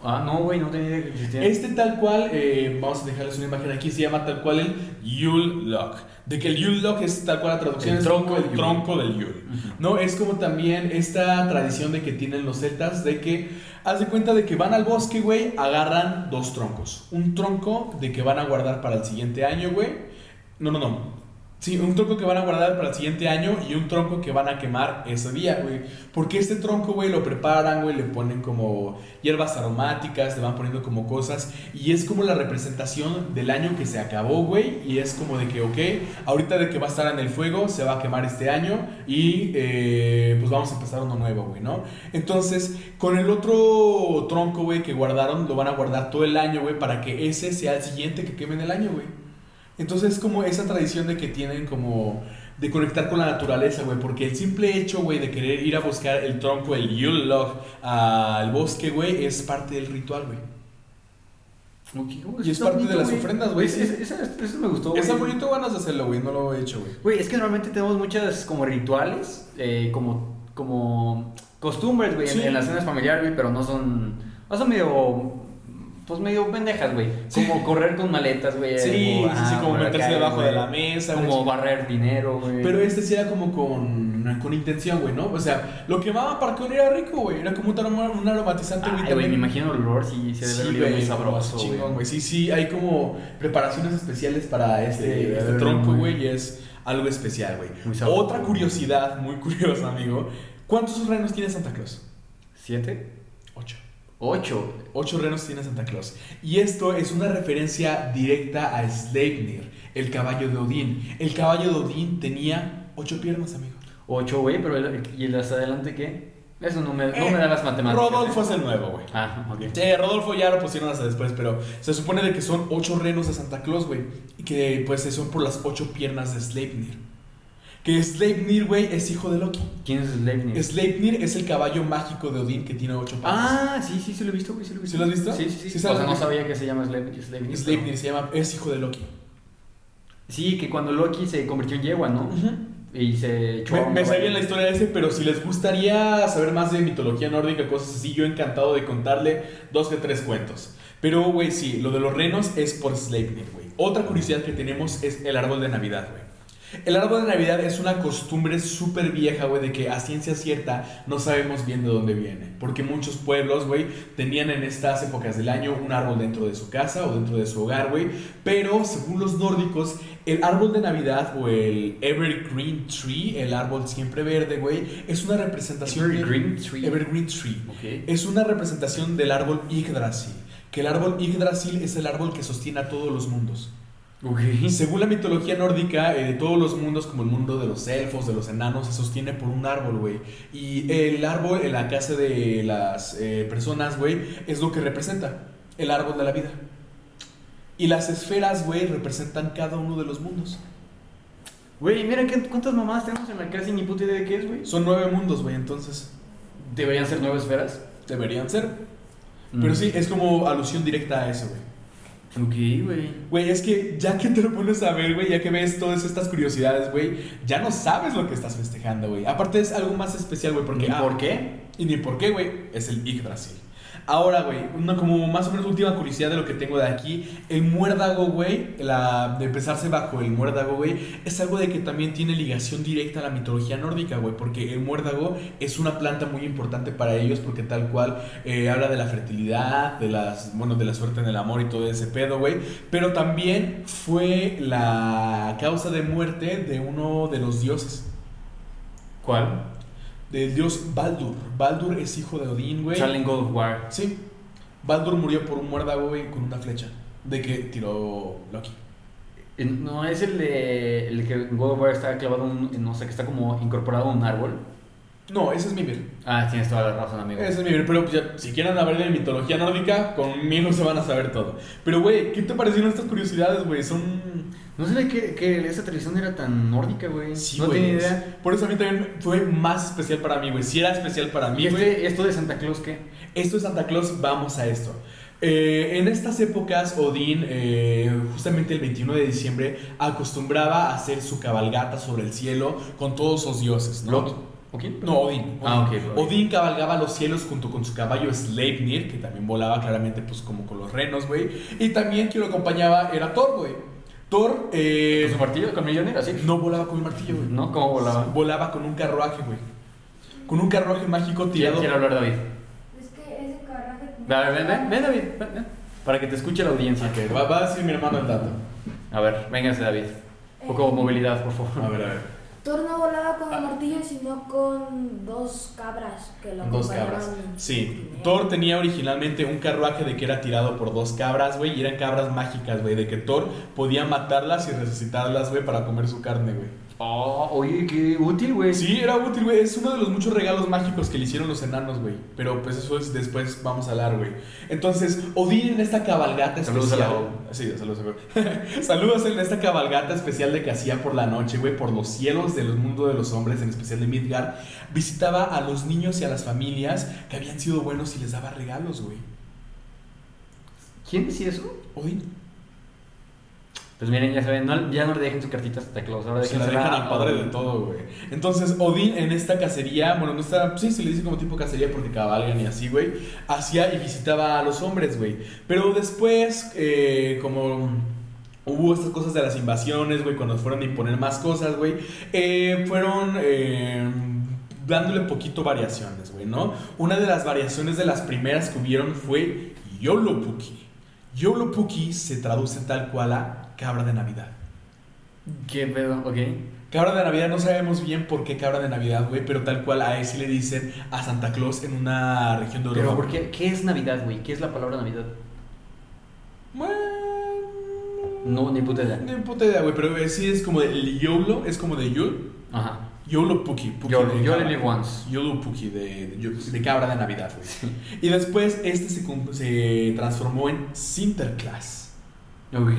C: Ah, no, güey, no tenía idea que existía.
B: Este tal cual, eh, vamos a dejarles una imagen aquí, se llama tal cual el Yule Log. De que el Yule Log es tal cual la traducción,
C: El
B: es como
C: tronco
B: el
C: del Yule.
B: tronco del Yule.
C: Ujú.
B: No, es como también esta tradición de que tienen los celtas, de que, haz de cuenta de que van al bosque, güey, agarran dos troncos. Un tronco de que van a guardar para el siguiente año, güey. No, no, no. Sí, un tronco que van a guardar para el siguiente año y un tronco que van a quemar ese día, güey. Porque este tronco, güey, lo preparan, güey, le ponen como hierbas aromáticas, le van poniendo como cosas. Y es como la representación del año que se acabó, güey. Y es como de que, ok, ahorita de que va a estar en el fuego, se va a quemar este año. Y eh, pues vamos a empezar uno nuevo, güey, ¿no? Entonces, con el otro tronco, güey, que guardaron, lo van a guardar todo el año, güey, para que ese sea el siguiente que quemen el año, güey. Entonces es como esa tradición de que tienen como de conectar con la naturaleza, güey, porque el simple hecho, güey, de querer ir a buscar el tronco, el Yule Log, al bosque, güey, es parte del ritual, güey.
C: Ok, güey,
B: Y es
C: está
B: parte
C: bonito,
B: de las
C: güey.
B: ofrendas, güey.
C: Es- es- Eso eso me gustó, güey.
B: Está bonito ganas de hacerlo, güey, no lo he hecho, güey.
C: Güey, es que normalmente tenemos muchas como rituales, eh, como, como costumbres, güey, en-
B: Sí.
C: en, las cenas familiares, güey, pero no son, no son medio
A: pues medio pendejas, güey. Como correr con maletas, güey.
B: Sí,
A: o, ajá,
B: sí, sí, como
A: por
B: meterse
A: acá,
B: debajo
A: güey.
B: de la mesa, güey.
A: Como barrer dinero, güey.
B: Pero este sí era como con, con intención, güey, ¿no? O sea, lo que va para que era rico, güey. Era como un, aroma- un aromatizante,
A: Ay, güey, me imagino el olor, sí, se debe
B: Sí,
A: haber olido muy
B: güey,
A: sabroso,
B: chingón,
A: güey.
B: güey. Sí, sí, hay como preparaciones especiales para este,
A: Sí,
B: este
A: güey,
B: tronco,
A: muy-
B: güey, y es algo especial, güey.
A: Muy sabroso,
B: Otra
A: güey.
B: curiosidad, muy curiosa, amigo. ¿Cuántos renos tiene Santa Claus?
A: ¿Siete?
B: Ocho.
A: Ocho.
B: Ocho renos tiene Santa Claus. Y esto es una referencia directa a Sleipnir, el caballo de Odín. El caballo de Odín tenía ocho piernas, amigo.
A: Ocho, güey, pero el- ¿y el hasta adelante qué? Eso no me, no me da las matemáticas.
B: Rodolfo es el nuevo, güey.
A: Ah, ok.
B: Sí, Rodolfo ya lo pusieron hasta después, pero se supone de que son ocho renos de Santa Claus, güey. Y que pues son por las ocho piernas de Sleipnir. Que Sleipnir, güey, es hijo de Loki.
A: ¿Quién es Leibniz?
B: Sleipnir es el caballo mágico de Odín que tiene ocho patas.
A: Ah, sí, sí, sí lo he visto, güey, sí lo he visto.
B: ¿Sí lo has visto?
A: Sí, sí, sí.
B: Sí,
A: o
B: sabes
A: sea,
B: lo
A: no
B: que-
A: sabía que se llama Sleipnir. Sleipnir, pero-
B: Sleipnir se llama, es hijo de Loki.
A: Sí, que cuando Loki se convirtió en yegua, ¿no? Y se echó...
B: Me,
A: a un
B: me sé
A: caballo.
B: bien la historia de ese, pero si les gustaría saber más de mitología nórdica, cosas así, yo encantado de contarle dos que tres cuentos. Pero, güey, sí, lo de los renos es por Sleipnir, güey. Otra curiosidad que tenemos es el árbol de Navidad, güey. El árbol de Navidad es una costumbre súper vieja, güey, de que a ciencia cierta no sabemos bien de dónde viene. Porque muchos pueblos, güey, tenían en estas épocas del año un árbol dentro de su casa o dentro de su hogar, güey. Pero según los nórdicos, el árbol de Navidad o el Evergreen Tree, el árbol siempre verde, güey, es una representación. de-
A: Evergreen Tree.
B: Evergreen Tree.
A: Ok.
B: Es una representación del árbol Yggdrasil. Que el árbol Yggdrasil es el árbol que sostiene a todos los mundos.
A: Ok.
B: Y según la mitología nórdica, eh, de todos los mundos, como el mundo de los elfos, de los enanos, se sostiene por un árbol, güey. Y el árbol en la casa de las eh, personas, güey, es lo que representa el árbol de la vida. Y las esferas, güey, representan cada uno de los mundos.
A: Güey, mira qué- cuántas mamadas tenemos en la casa y ni puta idea de qué es, güey.
B: Son nueve mundos, güey, entonces
A: Deberían ser nueve esferas.
B: deberían ser. Pero
A: Mm.
B: sí, es como alusión directa a eso, güey.
A: Ok, güey.
B: Güey, es que ya que te lo pones a ver, güey, ya que ves todas estas curiosidades, güey, ya no sabes lo que estás festejando, güey. Aparte es algo más especial, güey, porque...
A: ¿Y
B: ah,
A: por qué?
B: Y ni por qué, güey, es el Yggdrasil. Ahora, güey, una como más o menos última curiosidad de lo que tengo de aquí, el muérdago, güey, la de empezarse bajo el muérdago, güey, es algo de que también tiene ligación directa a la mitología nórdica, güey, porque el muérdago es una planta muy importante para ellos porque tal cual eh, habla de la fertilidad, de las, bueno, de la suerte en el amor y todo ese pedo, güey, pero también fue la causa de muerte de uno de los dioses.
A: ¿Cuál?
B: Del dios Baldur. Baldur es hijo de Odín, güey.
A: Salen God of War.
B: Sí. Baldur murió por un muérdago, güey, con una flecha. De que tiró Loki.
A: Eh, No, es el de. El que en God of War está clavado un. No sé, que está como incorporado a un árbol.
B: No, ese es Mimir.
A: Ah, tienes toda la razón, amigo.
B: Ese es Mimir, pero pues, ya, si quieren hablar de mitología nórdica, conmigo se van a saber todo. Pero, güey, ¿qué te parecieron estas curiosidades, güey? Son...
A: No sabía que, que esa tradición era tan nórdica, güey.
B: Sí,
A: no
B: güey,
A: tenía
B: es-
A: idea.
B: Por eso a mí también fue más especial para mí, güey. Si era especial para mí,
A: ¿Y
B: güey.
A: este, esto de Santa Claus qué?
B: Esto es Santa Claus, vamos a esto. Eh, en estas épocas, Odín, eh, justamente el 21 de diciembre, acostumbraba a hacer su cabalgata sobre el cielo con todos los dioses. ¿no?
A: ¿Loki? ¿O quién?
B: No, Odín.
A: Ah,
B: Odín.
A: ok, ok.
B: Odín cabalgaba los cielos junto con su caballo Sleipnir, que también volaba claramente, pues como con los renos, güey. Y también quien lo acompañaba era Thor, güey. Thor eh,
A: ¿Con su martillo? ¿Con millonera? Sí.
B: no volaba con un martillo, güey.
A: ¿No? ¿Cómo volaba?
B: Volaba con un carruaje, güey. Con un carruaje mágico
A: Quiero,
B: tirado.
A: quiero hablar, David.
D: Es que ese carruaje.
A: Ven, ven, ven, ven, David. ven, ven. Para que te escuche la audiencia.
B: Ok, va, va a decir mi hermano el dato.
A: A ver, véngase, David. Un poco de movilidad, Ah. por favor.
B: A ver, a ver.
D: Thor no Eh, volaba con un martillo, sino con dos cabras que lo
B: Dos
D: acompañaban
B: cabras.
D: en su
B: Sí.
D: trineo.
B: Thor tenía originalmente un carruaje de que era tirado por dos cabras, güey. Y eran cabras mágicas, güey. De que Thor podía matarlas y resucitarlas, güey, para comer su carne, güey.
A: Oh, oye, qué útil, güey.
B: Sí, era útil, güey. Es uno de los muchos regalos mágicos que le hicieron los enanos, güey. Pero pues eso es después vamos a hablar, güey. Entonces, Odín en esta cabalgata
A: Saludos
B: especial.
A: a la O.
B: Sí, saludos, güey. saludos en esta cabalgata especial de que hacía por la noche, güey, por los cielos del mundo de los hombres, en especial de Midgard. Visitaba a los niños y a las familias que habían sido buenos y les daba regalos, güey.
A: ¿Quién decía eso?
B: Odín.
A: Pues miren, ya saben, no- ya no le dejen su cartita a Santa Claus, ahora
B: Se la
A: déjensela
B: dejan al
A: a
B: padre de
A: Odín.
B: todo, güey. Entonces, Odín en esta cacería, bueno, en esta, sí, se le dice como tipo cacería porque cabalgan y así, güey, hacía y visitaba a los hombres, güey. Pero después, eh, como hubo estas cosas de las invasiones, güey, cuando fueron a imponer más cosas, güey, eh, fueron eh, dándole poquito variaciones, güey, ¿no? Una de las variaciones de las primeras que hubieron fue Yolo Puki. Yolo Puki se traduce tal cual a cabra de Navidad.
A: ¿Qué pedo? Ok.
B: Cabra de Navidad, no sabemos bien por qué cabra de Navidad, güey, pero tal cual a él sí le dicen a Santa Claus en una región de Europa.
A: Pero, ¿por qué? ¿Qué es Navidad, güey? ¿Qué es la palabra Navidad?
B: Bueno,
A: No, ni puta idea.
B: ni puta idea, güey, pero eh, sí es como el YOLO, es como de YOL,
A: Ajá.
B: YOLO Puki. Puki
A: Yo,
B: de
A: yo
B: cabra.
A: le live once.
B: YOLO Puki de, de, de cabra de Navidad, güey. Y después este se, cum- se transformó en Sinterklaas.
A: Ok.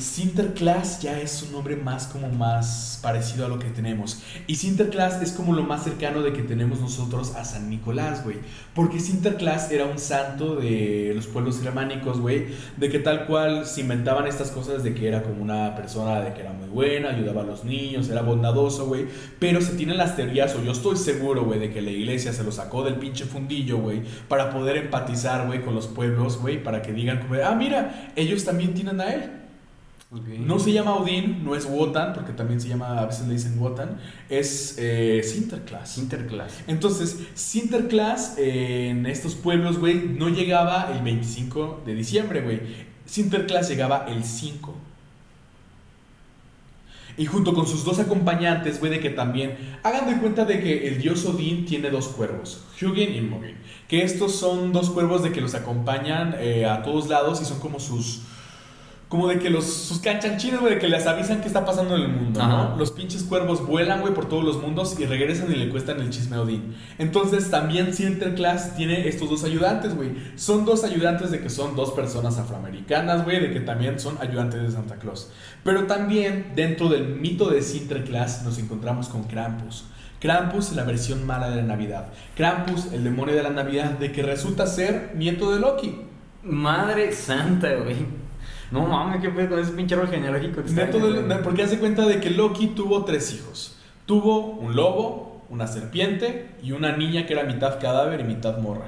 B: Sinterklaas ya es un nombre más como más parecido a lo que tenemos. Y Sinterklaas es como lo más cercano de que tenemos nosotros a San Nicolás, güey. Porque Sinterklaas era un santo de los pueblos germánicos, güey. De que tal cual se inventaban estas cosas de que era como una persona de que era muy buena, ayudaba a los niños, era bondadoso, güey. Pero se tienen las teorías, o yo estoy seguro, güey, de que la iglesia se lo sacó del pinche fundillo, güey. Para poder empatizar, güey, con los pueblos, güey. Para que digan, como, ah, mira, ellos también tienen a él.
A: Ok.
B: No se llama Odín, no es Wotan, porque también se llama, a veces le dicen Wotan, es eh, Sinterklaas.
A: Interclass.
B: Entonces, Sinterklaas eh, en estos pueblos, güey, no llegaba el 25 de diciembre, güey. Sinterklaas llegaba el 5. Y junto con sus dos acompañantes, güey, de que también hagan de cuenta de que el dios Odín tiene dos cuervos, Hugin y Mugin. Que estos son dos cuervos de que los acompañan eh, a todos lados y son como sus. Como de que los, sus canchanchinas, güey, de que les avisan qué está pasando en el mundo,
A: Ajá.
B: ¿no? Los pinches cuervos vuelan, güey, por todos los mundos y regresan y le cuestan el chisme a Odín. Entonces también Sinterklaas tiene estos dos ayudantes, güey. Son dos ayudantes de que son dos personas afroamericanas, güey, de que también son ayudantes de Santa Claus. Pero también dentro del mito de Sinterklaas nos encontramos con Krampus. Krampus, la versión mala de la Navidad. Krampus, el demonio de la Navidad, de que resulta ser nieto de Loki.
A: Madre santa, güey. No mames, qué pedo. Es pinche árbol genealógico. que está
B: Neto
A: ahí,
B: de-
A: güey.
B: porque hace cuenta de que Loki tuvo tres hijos. Tuvo un lobo, una serpiente y una niña que era mitad cadáver y mitad morra.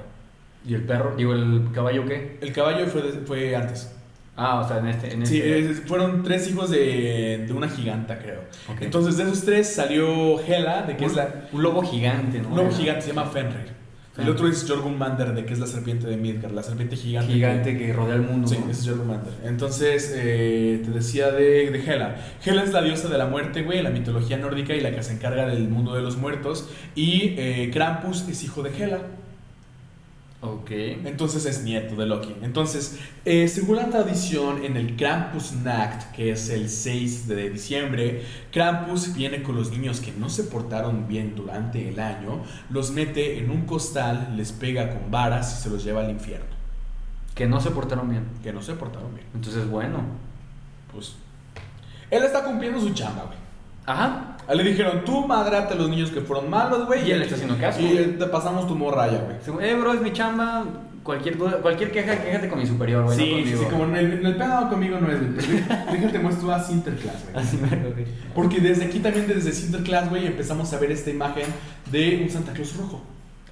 A: ¿Y el perro? Digo, ¿el caballo qué?
B: El caballo fue, de- fue antes.
A: Ah, o sea, en este. En
B: Sí,
A: este.
B: es- fueron tres hijos de, de una giganta, creo.
A: Ok.
B: Entonces, de esos tres salió Hela, de que es la...
A: Un lobo gigante, ¿no?
B: Un lobo gigante se llama Fenrir.
A: Ah.
B: El otro es Jorgunmander, de que es la serpiente de Midgard, la serpiente gigante.
A: Gigante que rodea el mundo.
B: Sí,
A: ¿no?
B: ese es Jormungander. Entonces, eh, te decía de, de Hela. Hela es la diosa de la muerte, güey, en la mitología nórdica y la que se encarga del mundo de los muertos. Y eh, Krampus es hijo de Hela.
A: Ok.
B: Entonces es nieto de Loki. Entonces, eh, según la tradición, en el Krampus Nacht, que es el 6 de diciembre, Krampus viene con los niños que no se portaron bien durante el año, los mete en un costal, les pega con varas y se los lleva al infierno.
A: Que no se portaron bien.
B: Que no se portaron bien.
A: Entonces, bueno.
B: Pues. Él está cumpliendo su chamba, güey.
A: Ajá.
B: A él le dijeron, tú madrate a los niños que fueron malos, güey.
A: Y él le está haciendo caso.
B: Y eh, te pasamos tu morraya, güey.
A: Según- Eh, bro, es mi chamba. Cualquier duda, cualquier queja, quéjate con mi superior, güey. no
B: Sí, sí,
A: conmigo.
B: sí, como en el, en el pegado conmigo no es, güey. Déjate muestro a Sinterklaas, güey.
A: Así me lo vi.
B: Porque desde aquí también, desde Sinterklaas, güey, empezamos a ver esta imagen de un Santa Claus rojo.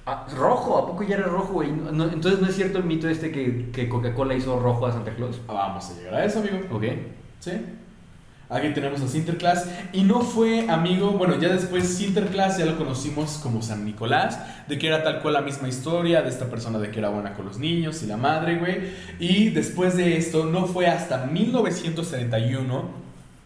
A: Ah, rojo, ¿a poco ya era rojo, güey? No- no- entonces, ¿no es cierto el mito este que, que Coca-Cola hizo rojo a Santa Claus?
B: Vamos a llegar a eso, amigo.
A: Ok.
B: ¿Sí? Aquí tenemos a Sinterklaas. Y no fue amigo, bueno, ya después Sinterklaas ya lo conocimos como San Nicolás, de que era tal cual la misma historia de esta persona de que era buena con los niños y la madre, güey. Y después de esto, no fue hasta 1931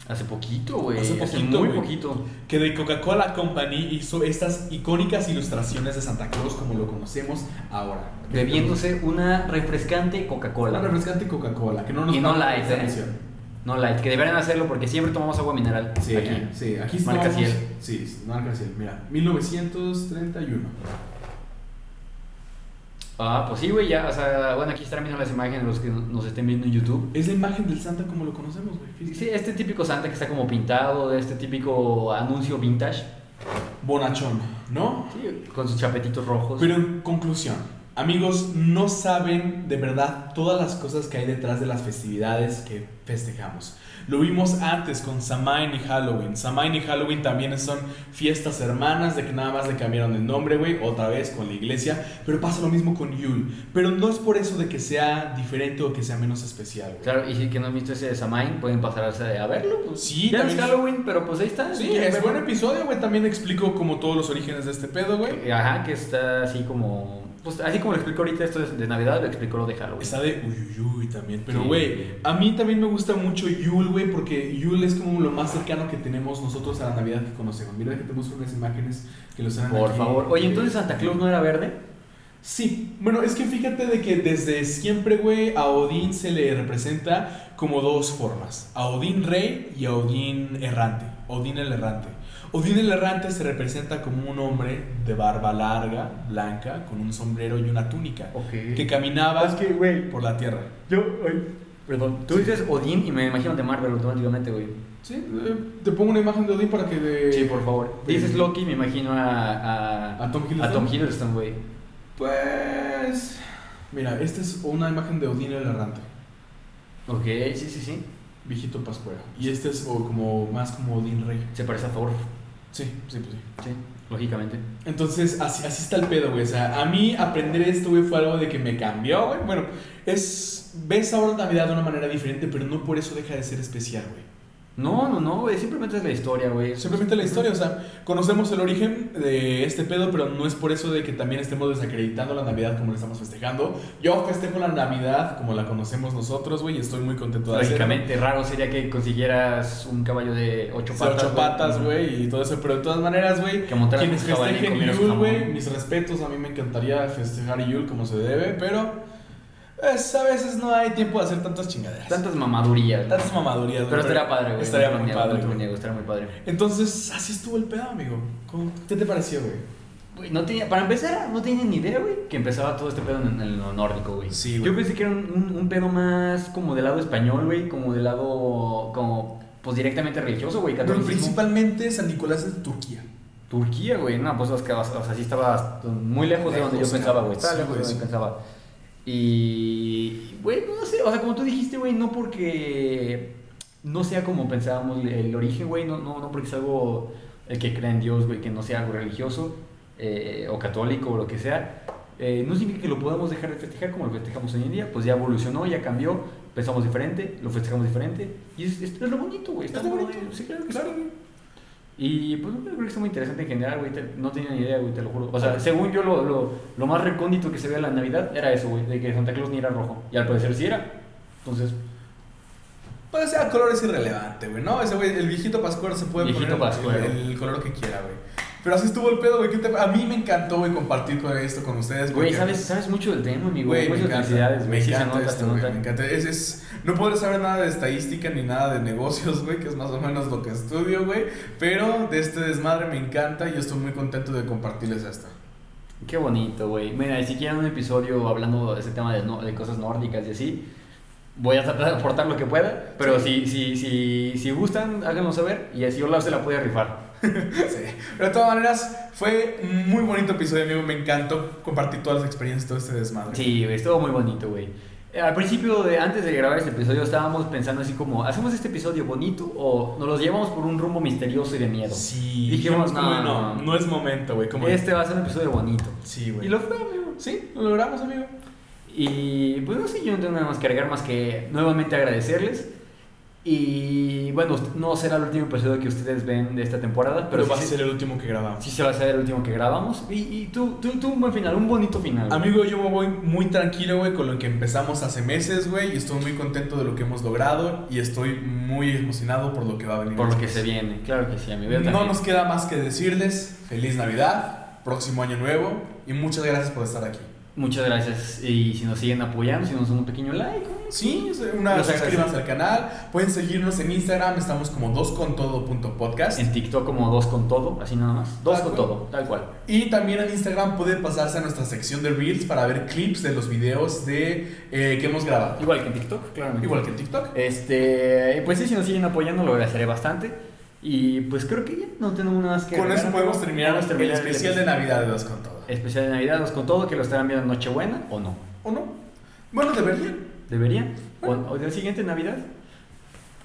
A: Hace poquito, güey.
B: Hace poquito,
A: muy
B: güey.
A: poquito.
B: que The Coca-Cola Company hizo estas icónicas ilustraciones de Santa Claus como lo conocemos ahora.
A: Bebiéndose una refrescante
B: Una
A: Coca-Cola.
B: refrescante Coca-Cola, que no nos
A: Y no
B: paga
A: light,
B: esta
A: eh.
B: emisión.
A: No light, que deberían hacerlo porque siempre tomamos agua mineral.
B: Sí,
A: aquí.
B: sí, aquí
A: Marca
B: estamos.
A: Ciel.
B: Sí, sí, marca Ciel, mira, 1931.
A: Ah, pues sí, güey, ya. O sea, bueno, aquí están viendo las imágenes los que nos estén viendo en YouTube.
B: Es la imagen del Santa como lo conocemos, güey. fíjate.
A: Sí, este típico Santa que está como pintado, de este típico anuncio vintage,
B: Bonachón, ¿no?
A: sí, con sus chapetitos rojos.
B: Pero en conclusión, Amigos, no saben de verdad todas las cosas que hay detrás de las festividades que festejamos. Lo vimos antes con Samhain y Halloween. Samhain y Halloween también son fiestas hermanas de que nada más le cambiaron el nombre, güey, otra vez con la iglesia, pero pasa lo mismo con Yule. Pero no es por eso de que sea diferente o que sea menos especial, güey.
A: Claro, y si que no han visto ese de Samhain, pueden pasarse a verlo. Pues.
B: Sí,
A: ya no es
B: también-
A: Halloween, pero pues ahí está.
B: Sí, es buen episodio, güey. También explico como todos los orígenes de este pedo, güey.
A: Ajá, que está así como. Pues así como lo explico ahorita esto de, de Navidad, lo explicó lo de Halloween.
B: Está de Uyuyuy también. Pero,
A: Sí.
B: güey, a mí también me gusta mucho Yule, güey, porque Yule es como lo más cercano que tenemos nosotros a la Navidad que conocemos. Mira que tenemos unas imágenes que lo saben
A: Por favor. Oye, entonces Santa Claus no era verde.
B: Sí, bueno, es que fíjate de que desde siempre, güey, a Odín se le representa como dos formas. A Odín rey y a Odín errante. Odín el errante. Odín el errante se representa como un hombre de barba larga, blanca, con un sombrero y una túnica,
A: Ok.
B: que caminaba
A: Es que, güey,
B: por la tierra.
A: yo. ay, perdón. Tú dices Odín y me imagino de Marvel automáticamente, güey.
B: Sí, eh, te pongo una imagen de Odín para que... de-
A: Sí, por favor. Dices Loki, me imagino a. A,
B: ¿A Tom
A: a Tom
B: Hiddleston?
A: Hiddleston, güey.
B: Pues... Mira, esta es una imagen de Odín el errante.
A: Ok, sí, sí, sí.
B: Viejito Pascuera. Y este es o como más como Odín Rey.
A: Se parece a Thor.
B: Sí, sí, pues sí.
A: Sí, lógicamente.
B: Entonces, así, así está el pedo, güey. O sea, a mí aprender esto, güey, fue algo de que me cambió, güey. Bueno, es. Ves ahora Navidad de una manera diferente, pero no por eso deja de ser especial, güey.
A: No, no, no, güey. Simplemente es la historia, güey.
B: Simplemente la historia, o sea, conocemos el origen de este pedo, pero no es por eso de que también estemos desacreditando la Navidad como la estamos festejando. Yo festejo la Navidad como la conocemos nosotros, güey, y estoy muy contento de hacerlo.
A: Pues, Lógicamente, raro sería que consiguieras un caballo de ocho
B: O sea,
A: patas.
B: ocho
A: güey.
B: patas, güey, y todo eso, pero de todas maneras, güey,
A: Que montaran
B: quienes
A: un jabalí y
B: festejen
A: comieran su
B: Yule,
A: jamón.
B: güey, mis respetos, a mí me encantaría festejar Yule como se debe, pero es- a veces no hay tiempo de hacer tantas chingaderas.
A: Tantas mamadurías. güey.
B: tantas mamadurías, güey,
A: Pero estaría padre, güey.
B: Estaría
A: No te
B: muy
A: lo niego,
B: padre.
A: No te lo
B: güey.
A: niego, estaría muy padre.
B: Entonces, así estuvo el pedo, amigo. ¿Cómo- ¿Qué te pareció, güey?
A: Güey, no tenía, para empezar, no tenía ni idea, güey, que empezaba todo este pedo en, en lo nórdico, güey.
B: Sí, güey.
A: Yo pensé que era un, un- un pedo más como del lado español, güey, como del lado, como, pues directamente religioso, güey,
B: Pero
A: catolicismo.
B: principalmente San Nicolás es de Turquía.
A: Turquía, güey, no, pues, o sea, o sea, sí estaba muy lejos, de donde yo
B: Lejos,
A: pensaba,
B: cabrón.
A: güey. Estaba
B: Sí,
A: lejos de
B: güey,
A: donde
B: sí.
A: pensaba. Y, güey, no sé, o sea, como tú dijiste, güey, no porque no sea como pensábamos el, el origen, güey, no, no, no porque es algo el que crea en Dios, güey, que no sea algo religioso eh, o católico o lo que sea. eh, no significa que lo podamos dejar de festejar como lo festejamos hoy en día, pues ya evolucionó, ya cambió, pensamos diferente, lo festejamos diferente, y es, es- es lo bonito, güey. está
B: lo
A: muy-
B: bonito,
A: sí, claro que
B: claro,
A: sí.
B: güey.
A: Y pues yo creo que está muy interesante en general, güey. te- No tenía ni idea, güey, te lo juro. O sea, según yo, lo, lo, lo más recóndito que se ve en la Navidad era eso, güey, de que Santa Claus ni era rojo. Y al parecer sí era. Entonces,
B: Pues o sea, color es irrelevante, güey, ¿no? Ese güey, el viejito Pascuero se puede
A: Viejito
B: poner
A: Pascuero.
B: El, el color que quiera, güey. Pero así estuvo el pedo, güey. ¿qué te- A mí me encantó, güey, compartir con esto con ustedes,
A: güey,
B: porque-
A: sabes, sabes mucho del tema, amigo.
B: Güey, me
A: Muchas
B: encanta.
A: felicidades,
B: me
A: güey. Sí, se
B: encanta
A: nota, se
B: esto, güey.
A: nota.
B: Me encanta. Es, es- no puedo saber nada de estadística ni nada de negocios, güey, que es más o menos lo que estudio, güey. Pero de este desmadre me encanta y yo estoy muy contento de compartirles esto.
A: Qué bonito, güey. Mira, y si quieren un episodio hablando de ese tema de, no- de cosas nórdicas y así, voy a tratar de aportar lo que pueda. Pero si, si, si, si gustan, háganlo saber y así Olaf se la puede rifar.
B: Sí. Pero de todas maneras, fue un muy bonito episodio, amigo. Me encantó compartir todas las experiencias, todo este desmadre.
A: Sí, güey, estuvo muy bonito, güey. Eh, Al principio, de, antes de grabar este episodio, estábamos pensando así como, ¿hacemos este episodio bonito o nos los llevamos por un rumbo misterioso y de miedo?
B: Sí,
A: Dijimos,
B: como,
A: no, no, no.
B: es momento, güey. como-
A: Este va a ser un episodio bonito.
B: Sí, güey.
A: Y lo fue, amigo.
B: Sí, lo logramos, amigo.
A: Y pues no sé, yo no tengo nada más que agregar más que nuevamente agradecerles. Y bueno, no será el último episodio que ustedes ven de esta temporada, pero,
B: Pero va a
A: sí,
B: ser el último que grabamos.
A: sí se va a ser el último que grabamos. Y, y tú, tú, tú un buen final, un bonito final. güey.
B: Amigo, yo me voy muy tranquilo, güey, con lo que empezamos hace meses, güey, y estoy muy contento de lo que hemos logrado y estoy muy emocionado por lo que va a venir.
A: Por lo que se viene, claro que sí, amigo. yo
B: No
A: también.
B: nos queda más que decirles feliz Navidad, próximo año nuevo y muchas gracias por estar aquí.
A: Muchas gracias. Y si nos siguen apoyando, si nos dan un pequeño like. güey.
B: Sí, es una
A: Los agradecemos.
B: suscríbanse al canal, pueden seguirnos en Instagram, estamos como doscontodo.podcast
A: En TikTok como dos con todo, así nada más. Dos
B: Tal
A: con
B: cual.
A: todo, tal cual.
B: y también en Instagram pueden pasarse a nuestra sección de Reels para ver clips de los videos de eh, que hemos grabado,
A: Igual que en TikTok, claramente.
B: igual que en TikTok.
A: Este, pues sí, si nos siguen apoyando, lo agradeceré bastante. Y pues creo que ya no tenemos nada más Eh, que
B: Con
A: agregar,
B: eso podemos
A: amigos.
B: terminar
A: Podemos
B: el especial de
A: episodio.
B: Navidad de Dos con Todo.
A: Especial de Navidad, nos con todo que lo estarán viendo en Nochebuena o no.
B: ¿O no? Bueno, de Berlín.
A: Debería. O, o del siguiente Navidad.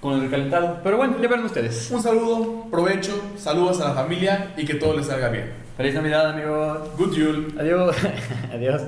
A: Con el recalentado. Pero bueno, ya verán ustedes.
B: Un saludo, provecho, saludos a la familia y que todo les salga bien.
A: Feliz Navidad, amigos.
B: Good Yule.
A: Adiós. Adiós.